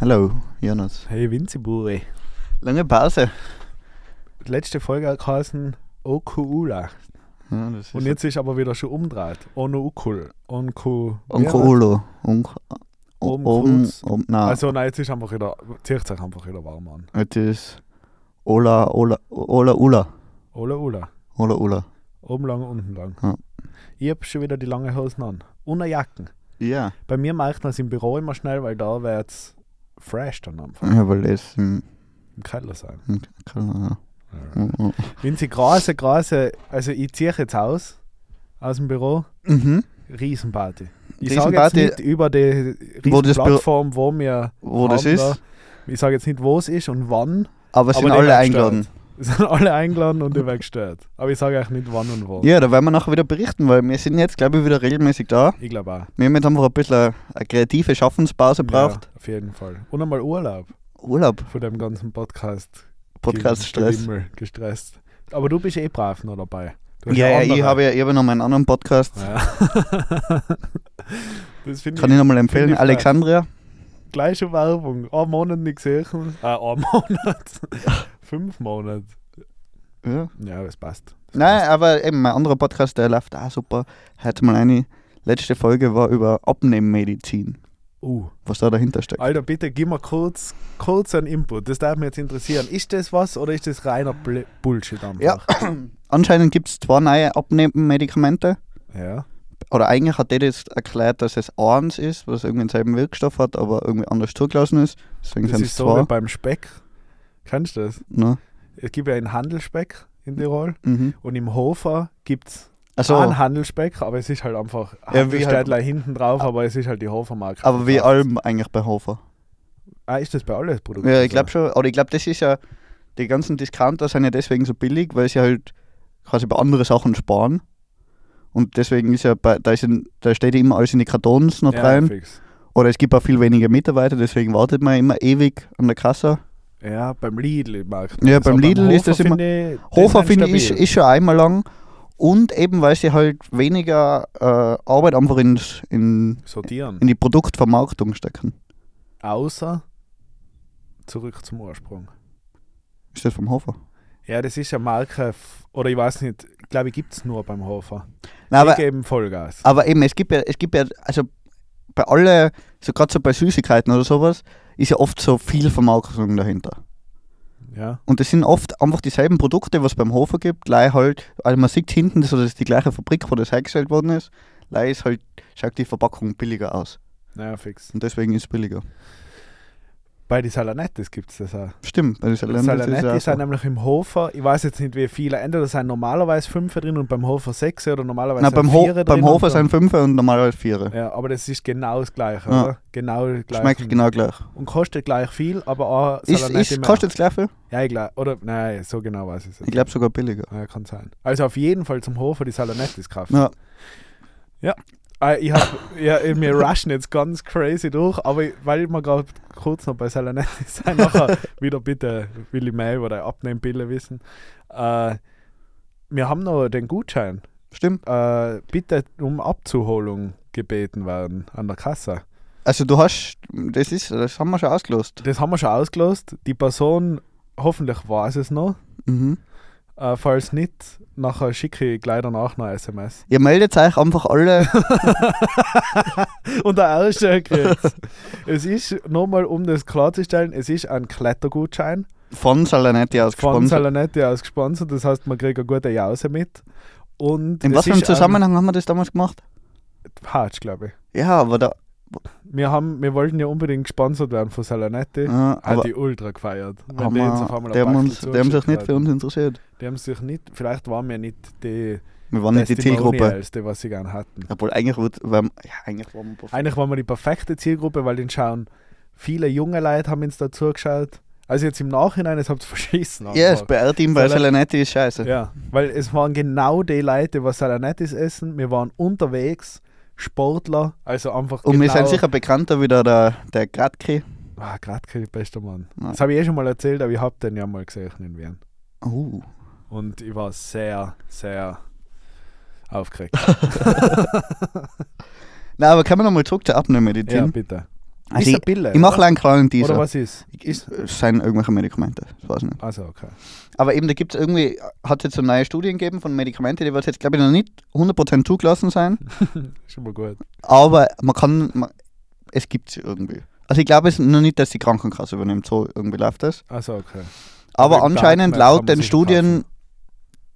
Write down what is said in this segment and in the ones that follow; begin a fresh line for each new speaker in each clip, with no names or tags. Hallo, Jonas.
Hey Winzibure.
Lange Pause.
Letzte Folge hat geheißen Okuula.
Ja, das ist
Und jetzt ist aber wieder schon umdreht. Ono Ukul. Onku.
Onkoolo. Onk
Oben
oben,
kurz.
oben, nein.
Also nein, jetzt ist einfach wieder, zieht sich einfach wieder warm an.
es ist Ola, Ola, Ola, Ula.
Ola Ola.
Ola, Ula.
Oben lang, unten lang.
Ja.
Ich hab schon wieder die langen Hosen an. Und eine Jacken.
Ja.
Bei mir macht man es im Büro immer schnell, weil da wird's fresh dann einfach
Ja, weil das im,
im Keller sein.
im Keller,
Ja.
ja. Ja.
Wenn sie grasen, grasen, also ich ziehe jetzt aus, aus dem Büro,
Mhm.
Riesenparty. Ich sage jetzt
Riesenparty.
nicht über die
Wo das Bü-
Riesenplattform, wo wir
Wo das
haben
ist.
Da. Ich sage jetzt nicht, wo es ist und wann.
Aber es
Aber
sind
die
alle
werden
eingeladen.
Es sind alle eingeladen und die werden gestört. Aber ich sage euch nicht, wann und wo.
Ja, da werden wir nachher wieder berichten, weil wir sind jetzt, glaube ich, wieder regelmäßig da.
Ich glaube auch.
Wir haben jetzt einfach ein bisschen eine kreative Schaffenspause gebraucht.
Ja, auf jeden Fall. Und einmal Urlaub
Urlaub,
von dem ganzen Podcast.
Podcast-Stress.
Gewimmel, Gestresst. Aber du bist eh brav noch dabei. Du hast
Ja, ja, ich eh-
andere.
habe ja eben noch meinen anderen Podcast.
Ja. das finde
Kann ich nochmal empfehlen.
Finde ich
Alexandria.
gleiche Werbung. Ein Monat nicht gesehen. Äh, ein Monat. Fünf Monate.
Ja.
Ja, das passt. Das
Nein, aber eben mein anderer Podcast, der läuft auch super. Heute mal eine letzte Folge war über Abnehmmedizin,
Passt. Uh.
was da dahinter steckt.
Alter, bitte gib mir kurz, kurz einen Input. Das darf mich jetzt interessieren. Ist das was oder ist das reiner Bl Bullshit einfach?
Ja. Anscheinend gibt es zwei neue Abnehmmedikamente.
ja.
Oder eigentlich hat der das erklärt, dass es eins ist, was irgendwie denselben Wirkstoff hat, aber irgendwie anders zugelassen ist. Deswegen
Das
sind es
ist so wie
zwei.
beim Speck. Kannst du das?
Ne?
Es gibt ja einen Handelspeck in Tirol
Mhm.
und im Hofer gibt es
Also,
einen Handelspeck, aber es ist halt einfach
wie
ja,
halt-
halt, hinten drauf, aber es ist halt die Hofermarke.
aber wie allem eigentlich bei Hofer.
Ah, ist das bei allen Produkten?
Ja, ich
so?
glaube schon. Aber ich glaube, das ist ja, die ganzen Discounter sind ja deswegen so billig, weil sie halt quasi bei anderen Sachen sparen. Und deswegen ist ja, bei, da, ist in, da steht ja immer alles in die Kartons noch
ja,
rein.
Fix.
Oder es gibt auch viel weniger Mitarbeiter, deswegen wartet man immer ewig an der Kasse.
Ja, beim Lidl im Markt.
Ja, beim Lidl ist das immer-
Also Finde, ich-
Hofer
das
finde
stabil.
ich ist schon einmal lang. Und eben, weil sie halt weniger äh, Arbeit einfach ins, in,
Sortieren.
in die Produktvermarktung stecken.
Außer zurück zum Ursprung.
Ist das vom Hofer?
Ja, das ist ja Marke, f- oder ich weiß nicht, glaube ich, gibt es nur beim Hofer.
Nein, aber
die geben Vollgas.
Aber eben, es gibt ja, es gibt ja, also bei alle, so gerade so bei Süßigkeiten oder sowas, ist ja oft so viel Vermarktung dahinter.
Ja,
Und das sind oft einfach dieselben Produkte, was beim Hofer gibt, gleich halt, also man sieht hinten, so, das ist die gleiche Fabrik, wo das hergestellt worden ist, gleich ist halt, schaut die Verpackung billiger aus.
naja, fix.
Und deswegen ist es billiger.
Bei den Salanettes gibt es das auch.
Stimmt, bei den
Die
Salamis ist
Salanetti
es auch
sind
so.
nämlich im Hofer, ich weiß jetzt nicht wie viele, entweder sind normalerweise fünf drin und beim Hofer sechs oder normalerweise
Nein, beim, Ho
Vierer
beim
drin
Hofer
und dann-
sind Fünfer und normalerweise Vierer.
Ja, aber das ist genau das gleiche,
Ja.
oder? Genau das gleiche.
Schmeckt genau gleich.
Und kostet gleich viel, aber auch
Ist,
Salanetti
ist,
mehr.
kostet es gleich viel?
Ja, ich glaub, oder nein, so genau weiß ich es
Ich
nicht.
glaube sogar billiger.
Ja, kann sein. Also auf jeden Fall zum Hofer die Salonettis kaufen.
Ja.
Ah, Ich hab, ja, wir rushen jetzt ganz crazy durch, aber ich- weil wir gerade kurz noch bei Salonettis sind, nachher wieder bitte will ich mehr über deine Abnehmpille wissen. Äh, wir haben noch den Gutschein.
Stimmt.
Äh, bitte um Abzuholung gebeten werden an der Kasse.
Also du hast, das ist, das haben wir schon ausgelost.
Das haben wir schon ausgelost. Die Person, hoffentlich weiß es noch.
Mhm.
Äh, falls nicht, nachher schicke ich gleich danach noch eine SMS.
Ihr meldet euch einfach alle.
Und der erste kriegt. es ist, nochmal um das klarzustellen, es ist ein Klettergutschein
Von Salanetti aus
von
gesponsert.
Salanetti aus gesponsert. Das heißt, man kriegt eine gute Jause mit. Und
In
es
was für einem
ist ein
Zusammenhang haben wir das damals gemacht?
Patsch, glaube ich.
Ja, aber da.
Wir, haben, wir wollten ja unbedingt gesponsert werden von Salanetti.
Äh,
Hat
aber
ah, die ultra gefeiert. Wenn
haben
die
wir,
jetzt auf einmal
die, haben
eine
uns,
Bachtel
die haben sich
zugeschickt
nicht für uns interessiert.
hätten. Die haben sich nicht, vielleicht waren wir nicht die,
Wir waren nicht die Zielgruppe.
Testimonials, die was sie gerne hatten.
Obwohl eigentlich, wird, weil, ja, eigentlich waren wir perfekt.
Eigentlich waren wir die perfekte Zielgruppe, weil den schauen viele junge Leute haben uns da zugeschaut. Also jetzt im Nachhinein, es habt ihr verschissen.
Ja, das
einfach.
PR-Team bei
Salanetti-
Salanetti ist scheiße.
ja, weil es waren genau die Leute, was Salanettes essen. Wir waren unterwegs, Sportler, also einfach
Und
genau,
wir sind sicher bekannter wie der, der, der Gradke.
Ah, gerade kein bester Mann.
Nein.
Das habe ich eh schon mal erzählt, aber ich habe den ja mal gesehen in Wien.
Oh.
Und ich war sehr, sehr aufgeregt.
Nein, aber kommen wir nochmal zurück zur
ja,
Abnehmmedizin.
bitte.
Also
ist
ich,
eine Pille.
ich mache
oder?
einen kleinen Teaser.
Oder was ist?
Es sind Äh, irgendwelche Medikamente, ich weiß nicht.
Also, okay.
Aber eben, da gibt es irgendwie, hat jetzt so neue Studien gegeben von Medikamenten, die wird jetzt, glaube ich, noch nicht 100% zugelassen sein,
Schon mal gut.
aber man kann, man, es gibt sie irgendwie. Also ich glaube es noch nicht, dass die Krankenkasse übernimmt, so irgendwie läuft das.
Also, okay.
Aber
Aber im
anscheinend
Darknet kann
laut
man
den
sich
Studien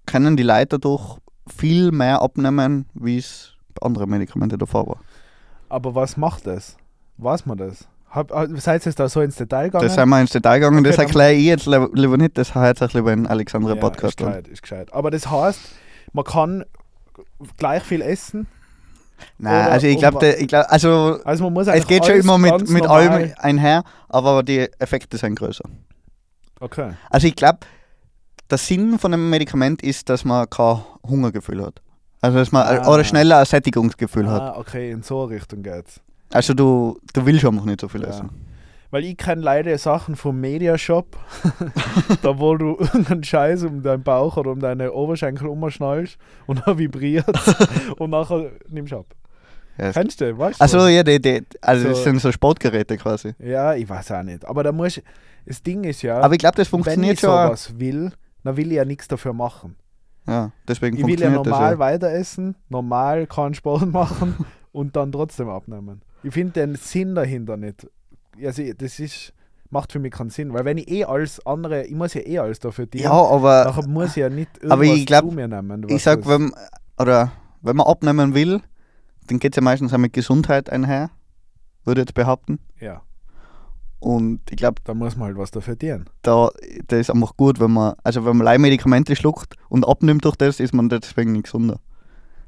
können die Leute dadurch viel mehr abnehmen, wie es bei anderen Medikamenten der Fall war.
Aber was macht das? Weiß man das? Hab, ah, seid ihr da so ins Detail gegangen?
Das sind wir ins Detail gegangen, das
Okay, dann-
erkläre ich jetzt li- lieber nicht, das heißt auch lieber in Alexandra
ja, ist
Podcast. an.
gescheit, ist gescheit. Aber das heißt, man kann gleich viel essen.
Nein,
Oder
also ich
um
glaube,
wa-
der- ich glaub, also
Also man muss
Es
eigentlich
geht schon
alles
immer mit,
ganz
mit
normal-
allem einher, aber die Effekte sind größer.
Okay.
Also ich glaube, der Sinn von einem Medikament ist, dass man kein Hungergefühl hat. Also dass man
Ah.
oder schneller ein Sättigungsgefühl hat.
Ah, okay, in so eine Richtung geht's.
Also du, du willst einfach nicht so viel
Ja.
essen.
Weil ich kenne leider Sachen vom Mediashop, da wo du irgendeinen Scheiß um deinen Bauch oder um deine Oberschenkel umschnallst und dann vibriert und nachher nimmst du ab.
Ja.
Kennst du, weißt du?
Also ja, die, die, also
So-
das sind so Sportgeräte quasi.
Ja, ich weiß auch nicht. Aber da muss das Ding ist ja,
Aber ich glaube, das
wenn
funktioniert
ich
schon. auch.
sowas will, dann will ich ja nichts dafür machen.
Ja, deswegen
Ich will ja
funktioniert
normal
das. Ja.
weiter essen, normal keinen Sport machen und dann trotzdem abnehmen. Ich finde den Sinn dahinter nicht. Also das ist, macht für mich keinen Sinn, weil wenn ich eh alles andere, ich muss ja eh alles dafür tun,
Ja, aber
nachher muss ich ja nicht irgendwas
aber ich glaub,
zu mir nehmen. was
ich sag,
das-
wenn, oder, wenn man abnehmen will, dann geht es ja meistens auch mit Gesundheit einher, würde ich jetzt behaupten.
ja,
Und ich glaube,
da muss man halt was dafür tun.
da, da ist einfach gut, wenn man, also wenn man Leihmedikamente schluckt und abnimmt durch das, ist man deswegen nicht gesunder.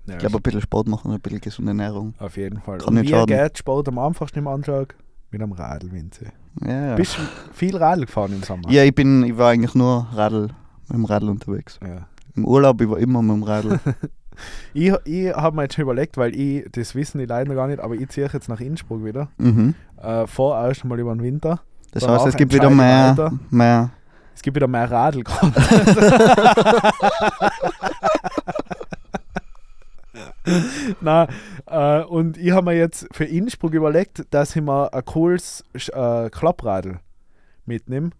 Ja,
Ich glaube, ein bisschen Sport machen, ein bisschen gesunde Ernährung.
auf jeden Fall.
kann
Und
nicht
wie
schaden.
geht Sport am einfachsten im Anschlag? Mit einem Radl, Winzi.
Ja, ja.
Bist du viel Radl gefahren im Sommer?
ja ich, bin, ich war eigentlich nur Radl, mit dem Radl unterwegs.
ja.
Im Urlaub, ich war immer mit dem Radl.
Ich, ich habe mir jetzt schon überlegt, weil ich, das wissen die Leute noch gar nicht, aber ich ziehe jetzt nach Innsbruck wieder.
mhm.
Äh, vorerst mal über den Winter.
Das
Danach
heißt, es gibt wieder
entscheide ich
mehr,
weiter.
mehr.
Es gibt wieder mehr Radl gerade. Na, äh, und ich habe mir jetzt für Innsbruck überlegt, dass ich mir ein cooles Sch- äh, Klappradl mitnehme,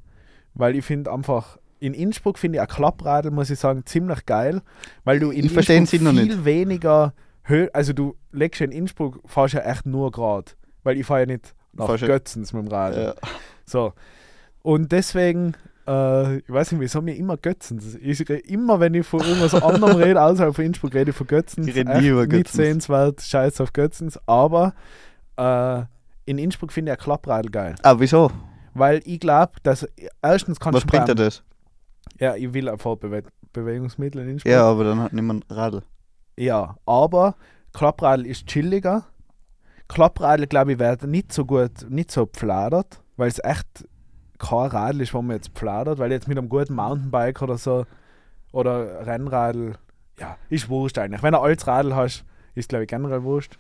weil ich finde einfach in Innsbruck finde ich ein Klappradl, muss ich sagen, ziemlich geil, weil du in
Ich versteh den
Innsbruck
Sinn noch
viel weniger Höhe, also du legst ja in Innsbruck, fahrst ja echt nur grad, weil ich fahre ja nicht nach
Fahrst ja-
Götzens mit dem Radl.
Ja.
So. Und deswegen, äh, ich weiß nicht, wieso mir immer Götzens. Ich, re- immer wenn ich von irgendwas anderem rede, außerhalb von Innsbruck, rede ich von Götzens.
Ich rede nie
Echt
über
Nicht
Götzens.
sehenswert, scheiß auf Götzens. Aber äh, in Innsbruck finde ich ein Klappradl geil.
Ah, wieso?
Weil ich glaube, dass erstens kannst
Was
du
bringt dir
beim-
das?
Ja, ich will ein Fortbewegungsmittel in Innsbruck.
Ja, aber dann hat niemand Radl.
Ja, aber Klappradl ist chilliger. Klappradl, glaube ich, wird nicht so gut, nicht so pfladert, weil es echt kein Radl ist, wo man jetzt pfladert, weil jetzt mit einem guten Mountainbike oder so oder Rennradl, ja, ist wurscht eigentlich. Wenn du ein altes Radl hast, ist glaube ich generell wurscht.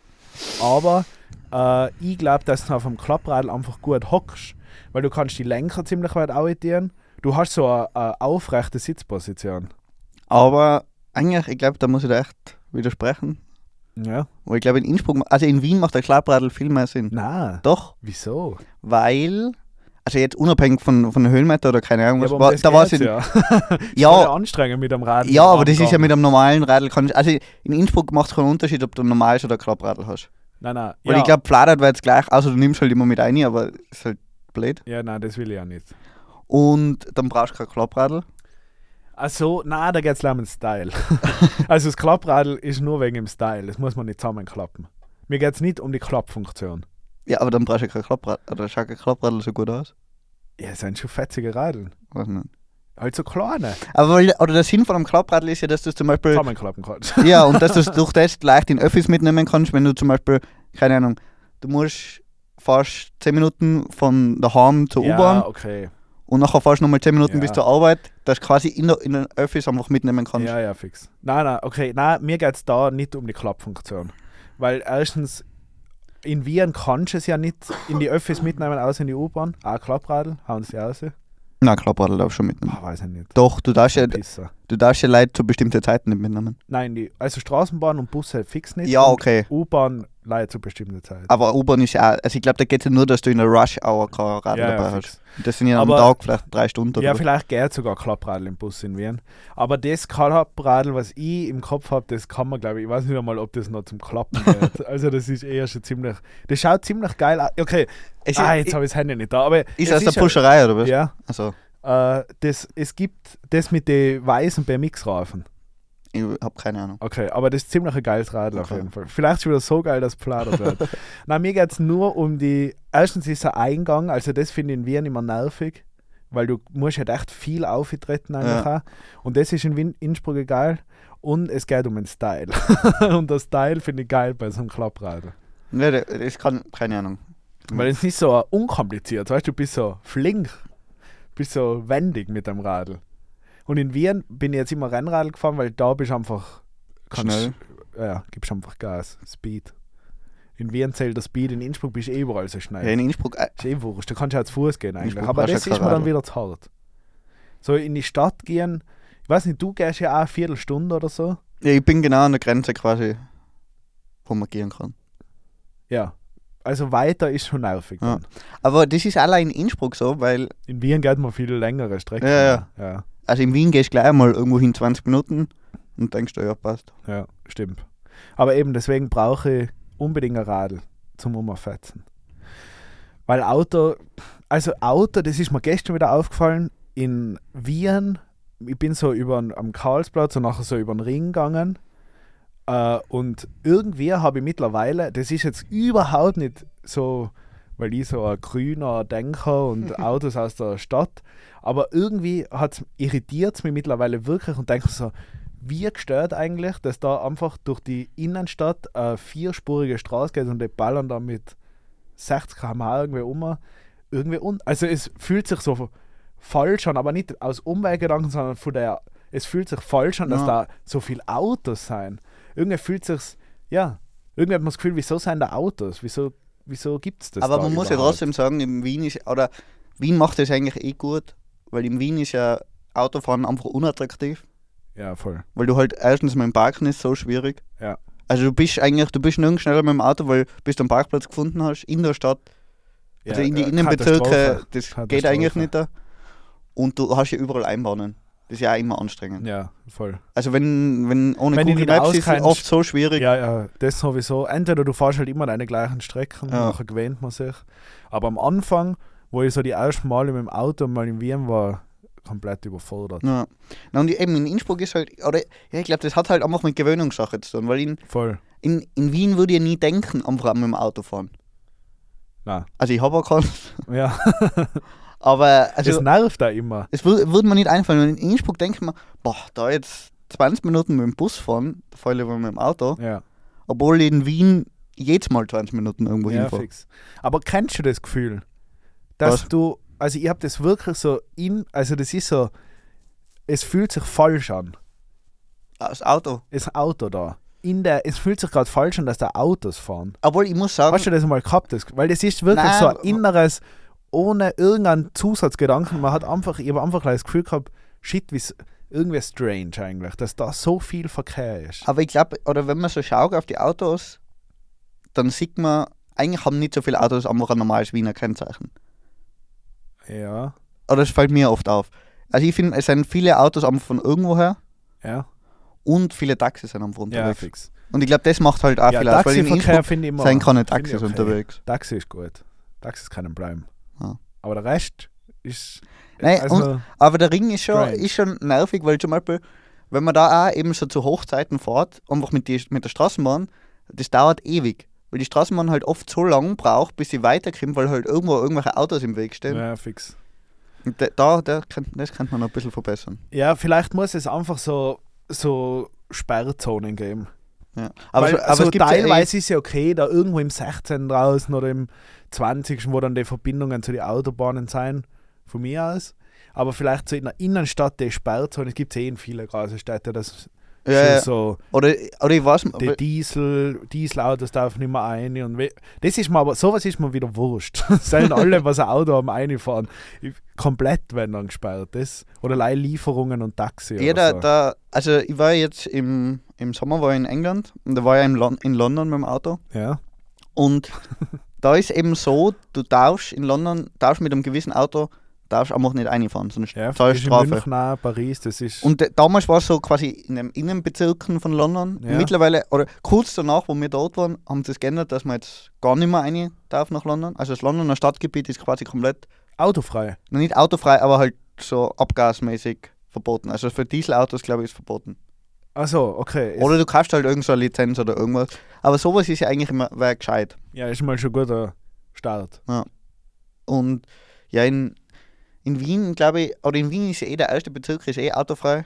Aber äh, ich glaube, dass du auf dem Klappradl einfach gut hockst, weil du kannst die Lenker ziemlich weit orientieren. Du hast so eine, eine aufrechte Sitzposition.
Aber eigentlich, ich glaube, da muss ich da echt widersprechen.
Ja.
Weil ich glaube, in Innsbruck, also in Wien macht der Klappradl viel mehr Sinn.
Nein.
Doch.
Wieso?
weil, also jetzt unabhängig von, von Höhenmeter oder keine Ahnung, was,
aber um
war,
das
da war es
geht's
in,
ja. Voll
ja,
anstrengend mit dem Rad.
ja, aber das ist ja mit einem normalen Radl, kann, also in Innsbruck macht es keinen Unterschied, ob du ein normales oder ein Klappradl hast.
Nein, nein.
Weil
ja.
ich glaube, Plaudert war jetzt gleich, also du nimmst halt immer mit ein, aber ist halt blöd.
Ja, nein, das will ich ja nicht.
Und dann brauchst du kein Klappradl.
Also, nein, da geht es um den Style. also, das Klappradl ist nur wegen dem Style. Das muss man nicht zusammenklappen. Mir geht es nicht um die Klappfunktion.
Ja, aber dann brauchst du ja kein Klappradl. Oder schaut kein Klappradl so gut aus?
Ja, es sind schon fetzige Radeln.
Weiß nicht.
Halt so kleine.
Aber weil, oder der Sinn von einem Klappradl ist ja, dass du es zum Beispiel
Zusammenklappen kannst.
Ja, und dass du es durch das leicht in Öffis mitnehmen kannst, wenn du zum Beispiel, keine Ahnung, du musst fast 10 Minuten von daheim zur U-Bahn
Ja, okay.
und nachher fährst du nochmal 10 Minuten
Ja.
bis zur Arbeit, dass du quasi in, der- in den Öffis einfach mitnehmen kannst.
Ja, ja, fix. Nein, nein, okay. Nein, mir geht es da nicht um die Klappfunktion. Weil erstens, in Wien kannst du es ja nicht in die Öffis mitnehmen, außer in die U-Bahn. Auch Klappradl, hauen sie raus.
Nein, Klappradl darfst du schon mitnehmen.
Boah, weiß ich nicht.
Doch, du darfst, ja,
Pisser.
du darfst ja Leute zu bestimmten Zeiten nicht mitnehmen.
Nein, die, also Straßenbahn und Busse fix nicht.
Ja,
Und
okay.
U-Bahn leider zu bestimmter Zeit.
Aber U-Bahn ist ja, auch- also ich glaube, da geht es ja nur, dass du in einer Rush-Hour kein Radl
Ja, ja,
dabei
fix.
hast. Und Das sind ja am
Aber-
Tag vielleicht drei Stunden.
Ja,
oder-
vielleicht geht sogar Klappradl im Bus in Wien. Aber das Klappradl, was ich im Kopf habe, das kann man, glaube ich, ich weiß nicht einmal, ob das noch zum Klappen wird. also das ist eher schon ziemlich, das schaut ziemlich geil aus. Okay,
Es
ah,
ist,
jetzt habe ich das Handy nicht da, aber
ist
es
aus der
ja-
Puscherei, oder was?
Ja,
Also,
äh, das, es gibt das mit den weißen BMX-Reifen.
ich habe keine Ahnung.
Okay, aber das ist ziemlich ein geiles Radl auf
Okay.
jeden Fall. Vielleicht ist wieder so geil, dass es plaudert wird. Nein, mir geht es nur um die. Erstens ist der Eingang, also das finde ich in Wien immer nervig, weil du musst halt echt viel auftreten eigentlich auch. Und das ist in Wien, Innsbruck egal. Und es geht um den Style. und das Style finde ich geil bei so einem Klappradl.
Nee, da- das kann, keine Ahnung.
Weil es nicht so unkompliziert, weißt du, du bist so flink, bist so wendig mit dem Radl. Und in Wien bin ich jetzt immer Rennradl gefahren, weil da bist du einfach kannst-
Schnell.
Ja, gibst einfach Gas, Speed. In Wien zählt der Speed, in Innsbruck bist du eh überall so schnell.
Ja, in Innsbruck, äh,
Ist eh wurscht, da kannst du ja zu Fuß gehen eigentlich.
Innsbruck
Aber
brauchst
das
du
ist
kein
mir dann
Radl.
wieder zu hart. So in die Stadt gehen, ich weiß nicht, du gehst ja auch eine Viertelstunde oder so.
ja, ich bin genau an der Grenze quasi, wo man gehen kann.
Ja. Also weiter ist schon nervig.
Ja.
dann.
Aber das ist allein in Innsbruck so, weil,
In Wien geht man viel längere Strecken.
Ja, ja.
ja.
also in Wien gehst du gleich einmal irgendwo hin 20 Minuten und denkst du, ja, passt.
Ja, stimmt. Aber eben deswegen brauche ich unbedingt ein Radl zum Umfetzen. Weil Auto, also Auto, das ist mir gestern wieder aufgefallen, in Wien, ich bin so über den- am Karlsplatz und nachher so über den Ring gegangen. Äh, und irgendwie habe ich mittlerweile, das ist jetzt überhaupt nicht so, weil ich so ein grüner Denker und Autos aus der Stadt, aber irgendwie irritiert es mich mittlerweile wirklich und denke so, wie gestört eigentlich, dass da einfach durch die Innenstadt eine vierspurige Straße geht und die ballern da mit 60 km/h irgendwie um. Irgendwie un also es fühlt sich so falsch an, aber nicht aus Umweltgedanken, sondern von der, es fühlt sich falsch an, dass
Ja.
da so viele Autos sein. Irgendwie fühlt sich, ja, irgendwie hat man das Gefühl, wieso sind da Autos? Wieso, wieso gibt es das
Aber
da
man muss ja
überhaupt?
trotzdem sagen, in Wien ist, oder Wien macht das eigentlich eh gut, weil in Wien ist ja Autofahren einfach unattraktiv,
Ja, voll.
weil du halt erstens mit dem Parken ist so schwierig.
Ja.
Also du bist eigentlich, du bist nirgends schneller mit dem Auto, weil bis du einen Parkplatz gefunden hast, in der Stadt,
Ja,
also in die
ja, äh,
Innenbezirke,
Katastrophe.
das geht
Katastrophe.
eigentlich nicht da. Und du hast ja überall Einbahnen. Das ist ja auch immer anstrengend.
Ja, voll.
Also wenn, wenn ohne
Wenn die
Google
nicht
Maps ist es
auskennst-
oft so schwierig.
Ja, ja, das sowieso. Entweder du fährst halt immer deine gleichen Strecken,
Ja.
nachher gewöhnt man sich. Aber am Anfang, wo ich so die ersten Male mit dem Auto mal in Wien war, komplett überfordert.
Ja. Na, und eben in Innsbruck ist halt, oder ja, ich glaube, das hat halt einfach mit Gewöhnungssache zu tun, weil in,
Voll.
in, in Wien würde ich nie denken, einfach mit dem Auto fahren.
Nein.
Also ich habe auch keins,
Ja,
aber
es
also,
nervt da immer.
es wür- würde mir nicht einfallen. Und in Innsbruck denkt man, boah, da jetzt 20 Minuten mit dem Bus fahren, da fahre ich lieber mit dem Auto,
Ja,
obwohl ich in Wien jedes Mal 20 Minuten irgendwo
ja
hinfahre.
fix. Aber kennst du das Gefühl, dass
Was?
du, also ich habe das wirklich so in, also das ist so, es fühlt sich falsch an.
Das Auto.
Das Auto da. In der, es fühlt sich gerade falsch an, dass da Autos fahren.
Obwohl ich muss sagen,
Hast du das mal gehabt? Das, weil das ist wirklich
Nein,
so ein
aber-
inneres, ohne irgendeinen Zusatzgedanken. Man hat einfach, ich habe einfach gleich das Gefühl gehabt, shit, wie irgendwie strange eigentlich, dass da so viel Verkehr ist.
aber ich glaube, oder wenn man so schaut auf die Autos, dann sieht man, eigentlich haben nicht so viele Autos einfach ein normales Wiener Kennzeichen.
Ja,
oder es fällt mir oft auf. Also ich finde, es sind viele Autos am von irgendwoher
ja,
und viele Taxis sind am
ja,
unterwegs.
fix.
und ich glaube, das macht halt auch
Ja,
viel aus, weil in
Taxiverkehr
Innsbruck
finde ich immer.
sind keine
Find ich
Taxis
okay.
unterwegs.
Taxi ist gut. Taxis können bleiben.
Ja.
Aber der Rest ist.
Nein,
also,
Aber der Ring ist schon,
Strange.
ist schon nervig, weil zum Beispiel, wenn man da auch eben so zu Hochzeiten fährt, einfach mit, die, mit der Straßenbahn, das dauert ewig. Weil die Straßenbahn halt oft so lange braucht, bis sie weiterkommt, weil halt irgendwo irgendwelche Autos im Weg stehen.
ja, fix.
Und da, da, da kann, das könnte man noch ein bisschen verbessern.
Ja, vielleicht muss es einfach so, so Sperrzonen geben.
Ja. Aber,
Weil,
so, aber
so
es gibt ja eh-
teilweise ist ja okay, da irgendwo im 16. draußen oder im 20. wo dann die Verbindungen zu den Autobahnen sein, von mir aus. Aber vielleicht so in der Innenstadt, die Sperrzone, es gibt eh in vielen großen Städten, das
eh- ja, ja.
so,
Oder, oder ich weiß,
die Diesel, Dieselautos dürfen nicht mehr ein. Und we- das ist mir aber, sowas ist mir wieder wurscht. Sollen alle, was ein Auto haben, einfahren. Ich- Komplett, wenn dann gesperrt ist. Oder leider Lieferungen und Taxi.
Ja, da,
oder so.
da, also ich war jetzt im, im Sommer war ich in England und da war ich in, Lon in London mit dem Auto
ja,
Und da ist eben so, du darfst in London, darfst mit einem gewissen Auto, darfst einfach nicht einfahren, sonst
Ja, das
zahlst
ist
du
in
Strafe.
München, auch, Paris, das ist.
Und äh, damals war es so quasi in den Innenbezirken von London.
Ja.
Mittlerweile, oder kurz danach, wo wir dort waren, haben sie es geändert, dass man jetzt gar nicht mehr rein darf nach London. Also das Londoner Stadtgebiet ist quasi komplett,
autofrei.
na, nicht autofrei, aber halt so abgasmäßig verboten. Also für Dieselautos, glaube ich, ist verboten.
Also, okay. Ist,
Oder du kaufst halt irgend so eine Lizenz oder irgendwas. Aber sowas ist ja eigentlich immer wär gescheit.
ja, ist mal schon ein guter Start.
Und ja, in, in Wien, glaube ich, oder in Wien ist ja eh der erste Bezirk, ist eh autofrei.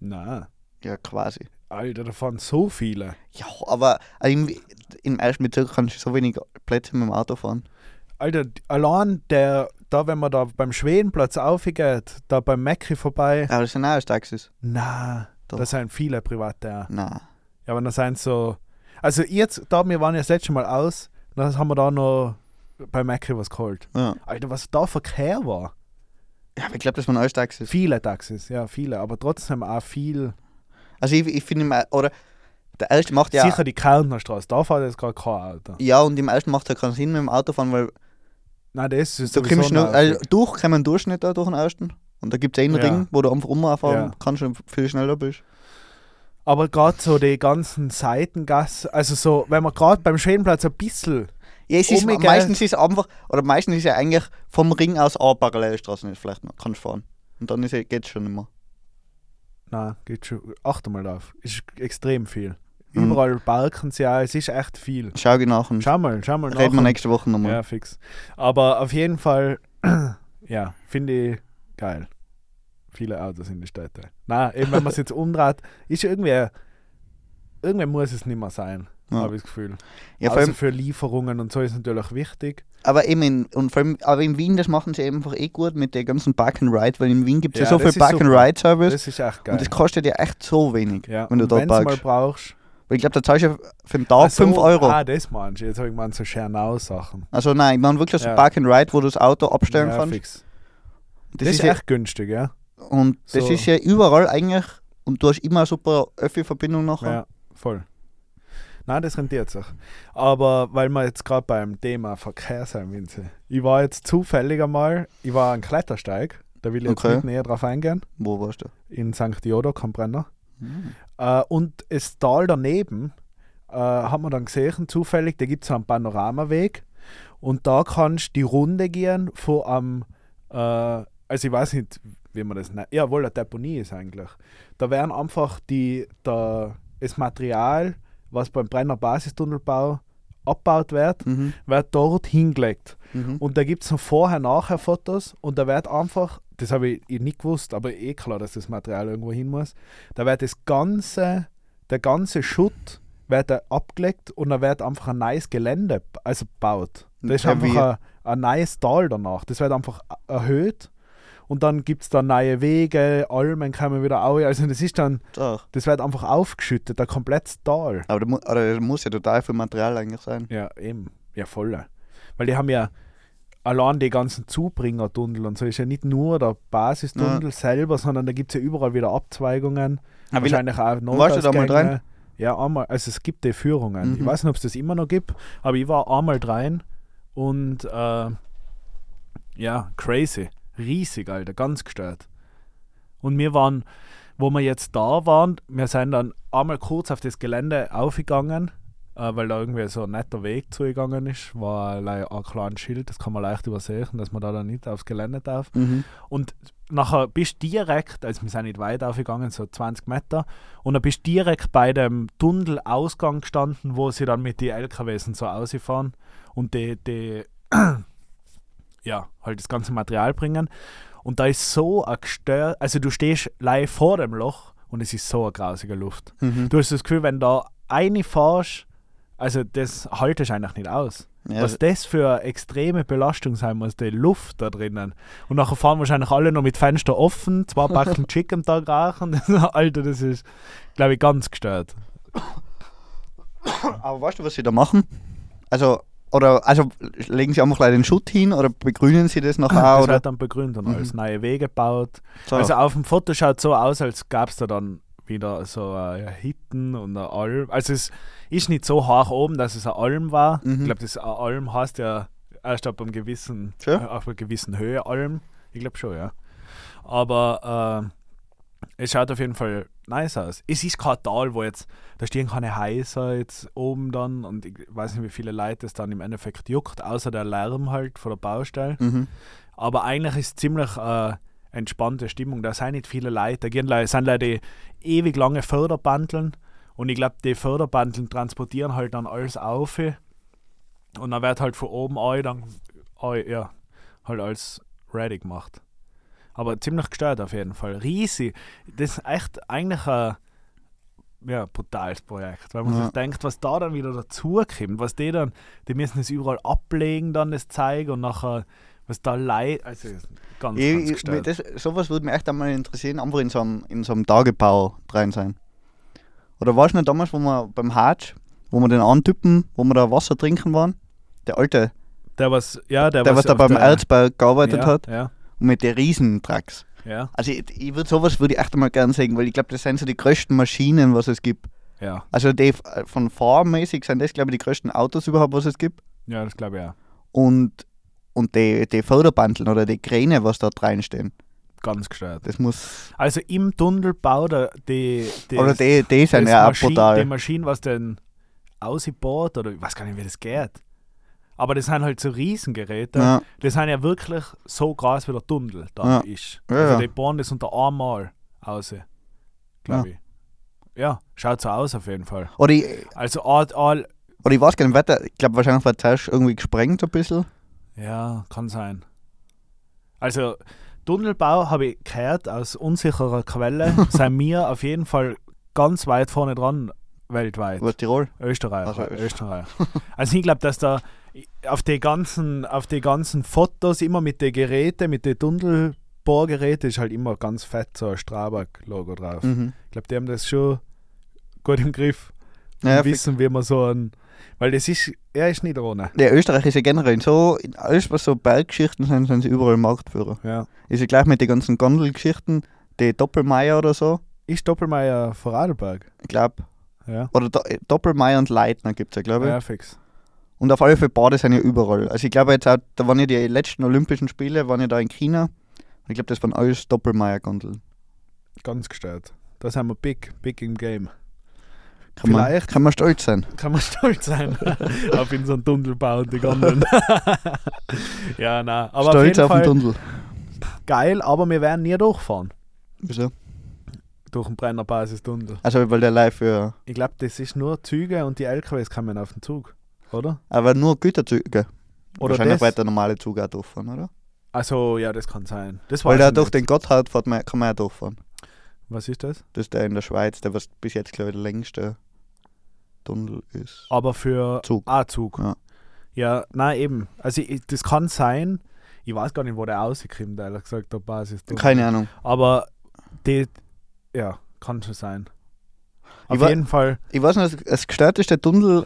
Nein.
Ja, quasi.
Alter, da fahren so viele.
Ja, aber im, im ersten Bezirk kannst du so wenig Plätze mit dem Auto fahren.
Alter, d- allein der, da, wenn man da beim Schwedenplatz aufgeht, da beim Macri vorbei,
Aber das sind auch erst Taxis.
na, da
Doch.
sind viele private auch.
Nein.
Ja, aber da sind so. Also, jetzt, da, wir waren ja das letzte Mal aus, dann haben wir da noch bei Macri was geholt.
Ja.
Alter, was da Verkehr war.
ja, aber ich glaube, das waren alles Taxis.
Viele Taxis, ja, viele, aber trotzdem auch viel.
Also ich, ich finde, im Er- oder der erste macht ja.
Sicher die Kärntner Straße, da fährt jetzt gar kein Auto.
Ja, und im ersten macht es ja keinen Sinn mit dem Auto fahren, weil
Nein, das ist
da kommst
sowieso
du nur,
nervig.
also durch kann man Durchschnitt da durch den ersten. Und da gibt es einen
Ja.
Ring, wo du einfach rumfahren
Ja.
kannst und viel schneller bist.
Aber gerade so die ganzen Seitengassen, also so, wenn man gerade beim Schwedenplatz ein bisschen
Ja, es ist,
Umgekehrt.
meistens ist einfach, oder meistens ist ja eigentlich vom Ring aus auch Parallelstraßen ist vielleicht noch, kannst fahren. Und dann geht es schon immer.
Nein, geht schon. Achte mal drauf. Ist extrem viel.
Mhm.
Überall balken sie auch. Es ist echt viel.
Schau ich nach und
Schau mal, schau mal.
reden wir
nach.
nächste Woche nochmal.
Ja, fix. Aber auf jeden Fall, ja, finde ich geil. Viele Autos in den Städten. Nein, eben wenn man es jetzt umdreht, ist irgendwie, irgendwie muss es nicht mehr sein,
Ja.
habe ich das Gefühl.
Ja, vor
also
allem,
für Lieferungen und so ist natürlich wichtig.
aber eben in, und vor allem, aber in Wien, das machen sie einfach eh gut mit der ganzen Park and Ride, weil in Wien gibt es ja,
Ja,
so
das
viel
ist
Park and
super.
Ride Service
Das ist echt geil.
und das kostet ja echt so wenig,
ja.
wenn du
und
dort
wenn's mal
parkst.
brauchst.
Weil ich glaube, da zahlst du ja für den Tag
Ach so,
5 Euro.
Ah, das meinst du. Jetzt habe ich mal so Schernau-Sachen.
Also nein, ich meine wirklich so
Ja.
Park and Ride, wo du das Auto abstellen
Ja,
kannst.
fix.
Das,
Das,
ist
ist
ja,
echt günstig, ja.
und das
so.
ist ja überall eigentlich und du hast immer eine super Öffi-Verbindung nachher.
Ja, voll. Nein, das rentiert sich. Aber weil wir jetzt gerade beim Thema Verkehr sein, Vinze. Ich war jetzt zufällig einmal, ich war an Klettersteig, da will ich jetzt
Okay.
nicht näher drauf eingehen,
Wo warst du?
in St. Diodok am Brenner.
Hm.
Äh, und das Tal daneben äh, haben wir dann gesehen, zufällig, da gibt es so einen Panoramaweg. Und da kannst du die Runde gehen von am, äh, also ich weiß nicht, wie man das nennt. Ja, wohl, eine Deponie ist eigentlich. Da werden einfach die, da, das Material, was beim Brenner Basistunnelbau abgebaut wird,
Mhm.
wird dort hingelegt.
Mhm.
Und da gibt es noch Vorher-Nachher-Fotos und da wird einfach, das habe ich, ich nicht gewusst, aber eh klar, dass das Material irgendwo hin muss, da wird das ganze, der ganze Schutt wird da abgelegt und da wird einfach ein neues Gelände b- also gebaut. Das ist
Ja, wie-
einfach ein, ein neues Tal danach. Das wird einfach a- erhöht und dann gibt es da neue Wege, Almen kommen wieder auch. Also das ist dann,
Doch.
das wird einfach aufgeschüttet, ein komplettes Tal.
Aber da, mu oder da muss ja total viel Material eigentlich sein.
Ja, eben. Ja, voll. Weil die haben ja allein die ganzen Zubringertunnel und so ist ja nicht nur der Basistunnel selber, sondern da gibt es ja überall wieder Abzweigungen.
Aber wie,
wahrscheinlich auch
warst du da mal
Notausgänge.
drin?
Ja, einmal. Also es gibt die Führungen. Ich
Mhm.
weiß nicht, ob es das immer noch gibt, aber ich war einmal rein und äh, ja, crazy. Riesig, Alter, ganz gestört. Und wir waren, wo wir jetzt da waren, wir sind dann einmal kurz auf das Gelände aufgegangen, äh, weil da irgendwie so ein netter Weg zugegangen ist, war lei- ein kleines Schild, das kann man leicht übersehen, dass man da dann nicht aufs Gelände darf.
mhm.
Und nachher bist du direkt, also wir sind nicht weit aufgegangen, so 20 Meter, und dann bist du direkt bei dem Tunnelausgang gestanden, wo sie dann mit den LKWs und so rausfahren und die, die ja, halt das ganze Material bringen. Und da ist so ein gestört, also du stehst live vor dem Loch und es ist so eine grausige Luft.
Mhm.
Du hast das Gefühl, wenn da reinfährst, also das haltest du eigentlich nicht aus.
Ja,
Was das für eine extreme Belastung sein muss, die Luft da drinnen. Und nachher fahren wahrscheinlich alle noch mit Fenster offen, zwei Backen Chick am Tag rauchen. Alter, das ist, glaube ich, ganz gestört.
Aber weißt du, was sie da machen? Also, oder also legen sie einfach gleich den Schutt hin oder begrünen sie das nachher?
das
oder?
wird dann begrünt und
Mhm.
alles neue Wege gebaut.
So.
Also auf dem Foto schaut so aus, als gab es da dann wieder so eine Hit, Hütten und eine Alm. Also es ist nicht so hoch oben, dass es eine Alm war.
Mhm.
Ich glaube, das eine Alm heißt ja erst ab einem gewissen,
Ja.
äh, auf einer gewissen Höhe Alm. Ich glaube schon, ja. Aber äh, es schaut auf jeden Fall nice aus. Es ist kein Tal, wo jetzt, da stehen keine Häuser jetzt oben dann und ich weiß nicht, wie viele Leute es dann im Endeffekt juckt, außer der Lärm halt von der Baustelle.
Mhm.
Aber eigentlich ist ziemlich äh, entspannte Stimmung. Da sind nicht viele Leute. Da gehen Leute, sind Leute, die ewig lange Förderbandeln. Und ich glaube, die Förderbandeln transportieren halt dann alles auf. Und dann wird halt von oben an, dann, an, ja, halt alles ready gemacht. Aber ziemlich gestört auf jeden Fall. Riesig. Das ist echt eigentlich ein ja, brutales Projekt, weil man
Ja.
sich denkt, was da dann wieder dazukommt, was die dann, die müssen das überall ablegen, dann das zeigen und nachher, was da leid, also ganz, ganz
Ich, ich, mir
gestört.
das, sowas würde mich echt einmal interessieren, einfach in so einem, in so einem Tagebau rein sein. Oder war es nicht damals, wo wir beim Hatsch, wo wir den antypen, wo wir da Wasser trinken waren? Der alte,
Der was, ja, der,
der, was da
auf
beim
der-
Erzbau gearbeitet
ja,
hat,
Ja,
und mit den Riesentrucks.
ja,
Also ich, ich würde sowas würde ich echt einmal gern sehen, weil ich glaube, das sind so die größten Maschinen, was es gibt.
ja,
Also die f- von fahrmäßig sind das, glaube ich, die größten Autos überhaupt, was es gibt.
ja, das glaube ich auch.
Und, und die, die Förderbandeln oder die Kräne, was dort reinstehen,
Ganz gestört.
das muss...
Also im Tunnelbau, der, die, die,
oder die, die sind ja auch
Die
brutal.
Maschine, was denn ausgebaut oder ich weiß gar nicht, wie das geht. Aber das sind halt so Riesengeräte.
Ja,
Das sind ja wirklich so groß wie der Tunnel da ist.
Ja,
also
ja.
die bauen das unter einmal aus, glaube ich. Ja, schaut so aus auf jeden Fall.
Oder ich,
Also all, all
oder ich weiß gar nicht, weiter, ich glaube wahrscheinlich war das irgendwie gesprengt ein bisschen.
ja, kann sein. Also Tunnelbau habe ich gehört aus unsicherer Quelle, sind wir auf jeden Fall ganz weit vorne dran weltweit.
Was Tirol?
Österreich.
Also Österreich.
Österreich. Also ich glaube, dass da auf die ganzen, auf die ganzen Fotos immer mit den Geräten, mit den Tunnelbohrgeräten ist halt immer ganz fett so ein Strabag-Logo drauf.
Mhm.
Ich glaube, die haben das schon gut im Griff.
Ja, fix.
wissen, wie man so ein. Weil das ist, er ist nicht ohne.
Der Österreich ist ja generell so, in alles was so Berggeschichten sind, sind sie überall Marktführer.
Ja.
Ist ja gleich mit den ganzen Gondelgeschichten, die Doppelmeier oder so,
Ist Doppelmeier Vorarlberg.
ich glaube.
Ja.
Oder Do Doppelmeier und Leitner gibt es ja, glaube ich.
Ja, fix.
Und auf alle Fälle Bade sind ja überall. Also ich glaube jetzt auch, da waren ja die letzten Olympischen Spiele, waren ja da in China. Und ich glaube, das waren alles Doppelmeier-Gondeln.
Ganz gestört. Da sind wir big, big im Game.
Kann man,
Vielleicht.
kann man stolz sein.
Kann man stolz sein auf unseren Tunnelbau und die Gondeln. ja, na, aber
stolz
auf jeden Fall
den Tunnel.
geil, aber wir werden nie durchfahren
Wieso?
durch den Brenner Basistunnel.
Also weil der live für...
Ich glaube, das ist nur Züge und die LKWs kommen auf den Zug, oder?
Aber nur Güterzüge.
Oder
Wahrscheinlich
das?
wird der normale Zug auch durchfahren, oder?
Also ja, das kann sein. Das
Weil
weiß
der
ich
durch
nicht.
den Gotthard fährt man, kann man ja durchfahren.
Was ist das?
Das ist der in der Schweiz, der was bis jetzt, glaube ich, der längste Tunnel ist.
Aber für
Zug.
A-Zug.
Ja.
Ah, Ja, nein, eben. Also ich, das kann sein. Ich weiß gar nicht, wo der rausgekommen, ehrlich gesagt, der Basistunnel.
Keine Ahnung.
Aber die, ja, kann schon sein.
Ich
Auf
wa-
jeden Fall.
Ich weiß noch, das- das gestörteste Tunnel,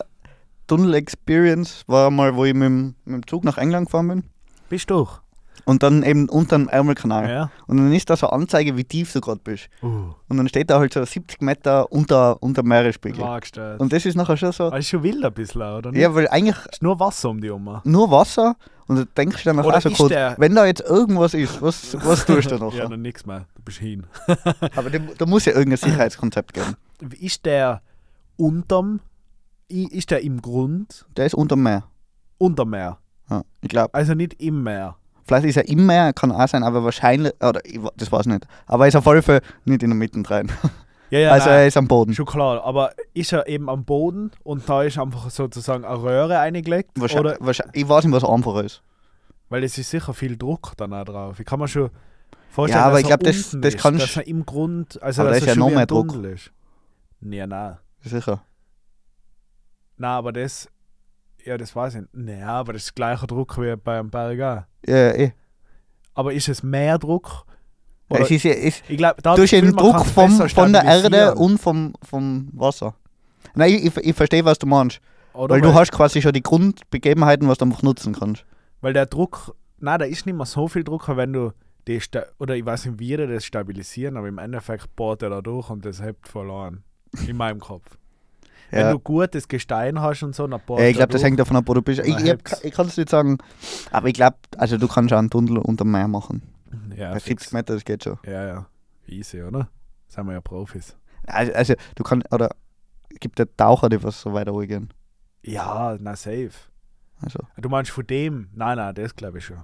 Tunnel-Experience war mal, wo ich mit dem, mit dem Zug nach England gefahren bin.
Bist du durch?
Und dann eben unter dem Ärmelkanal.
Ja.
Und dann ist da so eine Anzeige, wie tief du gerade bist.
Uh,
Und dann steht da halt so 70 Meter unter, unter dem Meeresspiegel.
Markstadt.
Und das ist nachher schon so.
Aber ist schon wild ein bisschen, oder? nicht?
Ja, weil eigentlich
Ist nur Wasser um die Oma.
nur Wasser. Und du denkst dir nachher
Oder
auch so
ist
kurz,
der-
wenn da jetzt irgendwas ist, was, was tust du
Ja,
nachher?
dann nix mehr. Du bist hin.
Aber dem- da muss ja irgendein Sicherheitskonzept geben.
Ist der unterm, i- ist der im Grund
Der ist unter dem Meer.
unterm Meer?
Ja, ich glaube.
Also nicht im Meer.
Vielleicht ist er im Meer, kann auch sein, aber wahrscheinlich, oder ich, wa- das weiß ich nicht. Aber er ist auf alle Fälle nicht in der Mitte rein.
Ja, ja,
also er
nein,
ist am Boden.
schon klar. Aber ist er eben am Boden und da ist einfach sozusagen eine Röhre eingelegt?
Wahrscheinlich,
Oder,
wahrscheinlich, ich weiß nicht, was einfacher ist.
weil es ist sicher viel Druck dann auch drauf. Ich kann mir schon vorstellen,
Ja, aber
dass
ich
er
glaub, das-
unten
das
ist,
kannst-
dass er im Grund, also
Aber da
dass
ist
er
ja
schon
noch
wie
mehr
ein
Druck.
Tunnel ist. Ja, nein.
Sicher.
Nein, aber das. Ja, das weiß ich nicht. Naja, aber das ist gleicher Druck wie beim Berger.
Ja, ja, eh.
Aber ist es mehr Druck? Oder-
Es ist, ja- es,
ich glaube, da
durch
das Gefühl,
den
man
Druck
kann's
vom,
besser
von der Erde
stabilisieren.
und vom, vom Wasser. Nein, ich, ich, ich verstehe, was du meinst.
Oder
Weil du hast quasi schon die Grundbegebenheiten, was du einfach nutzen kannst.
weil der Druck. Nein, da ist nicht mehr so viel Druck, aber wenn du. Die sta- oder ich weiß nicht, wie die das stabilisieren, aber im Endeffekt bohrt er da durch und das hebt verloren. in meinem Kopf. Wenn
Ja.
du gutes Gestein hast und so, dann bohrst
Ja, ich
du
glaube, das
durch.
hängt davon ab, wo du bist. Ich,
Na,
ich, hab-
heb's.
ich kann es nicht sagen, aber ich glaube, also du kannst auch einen Tunnel unter dem Meer machen.
ja,
Bei
fix.
70 Meter, das geht schon.
ja, ja. Easy, oder? Sind wir ja Profis.
Also, also du kannst, oder gibt ja Taucher, die was so weiter hochgehen.
Ja, na safe.
Also.
Du meinst von dem? Nein, nein, das glaube ich schon.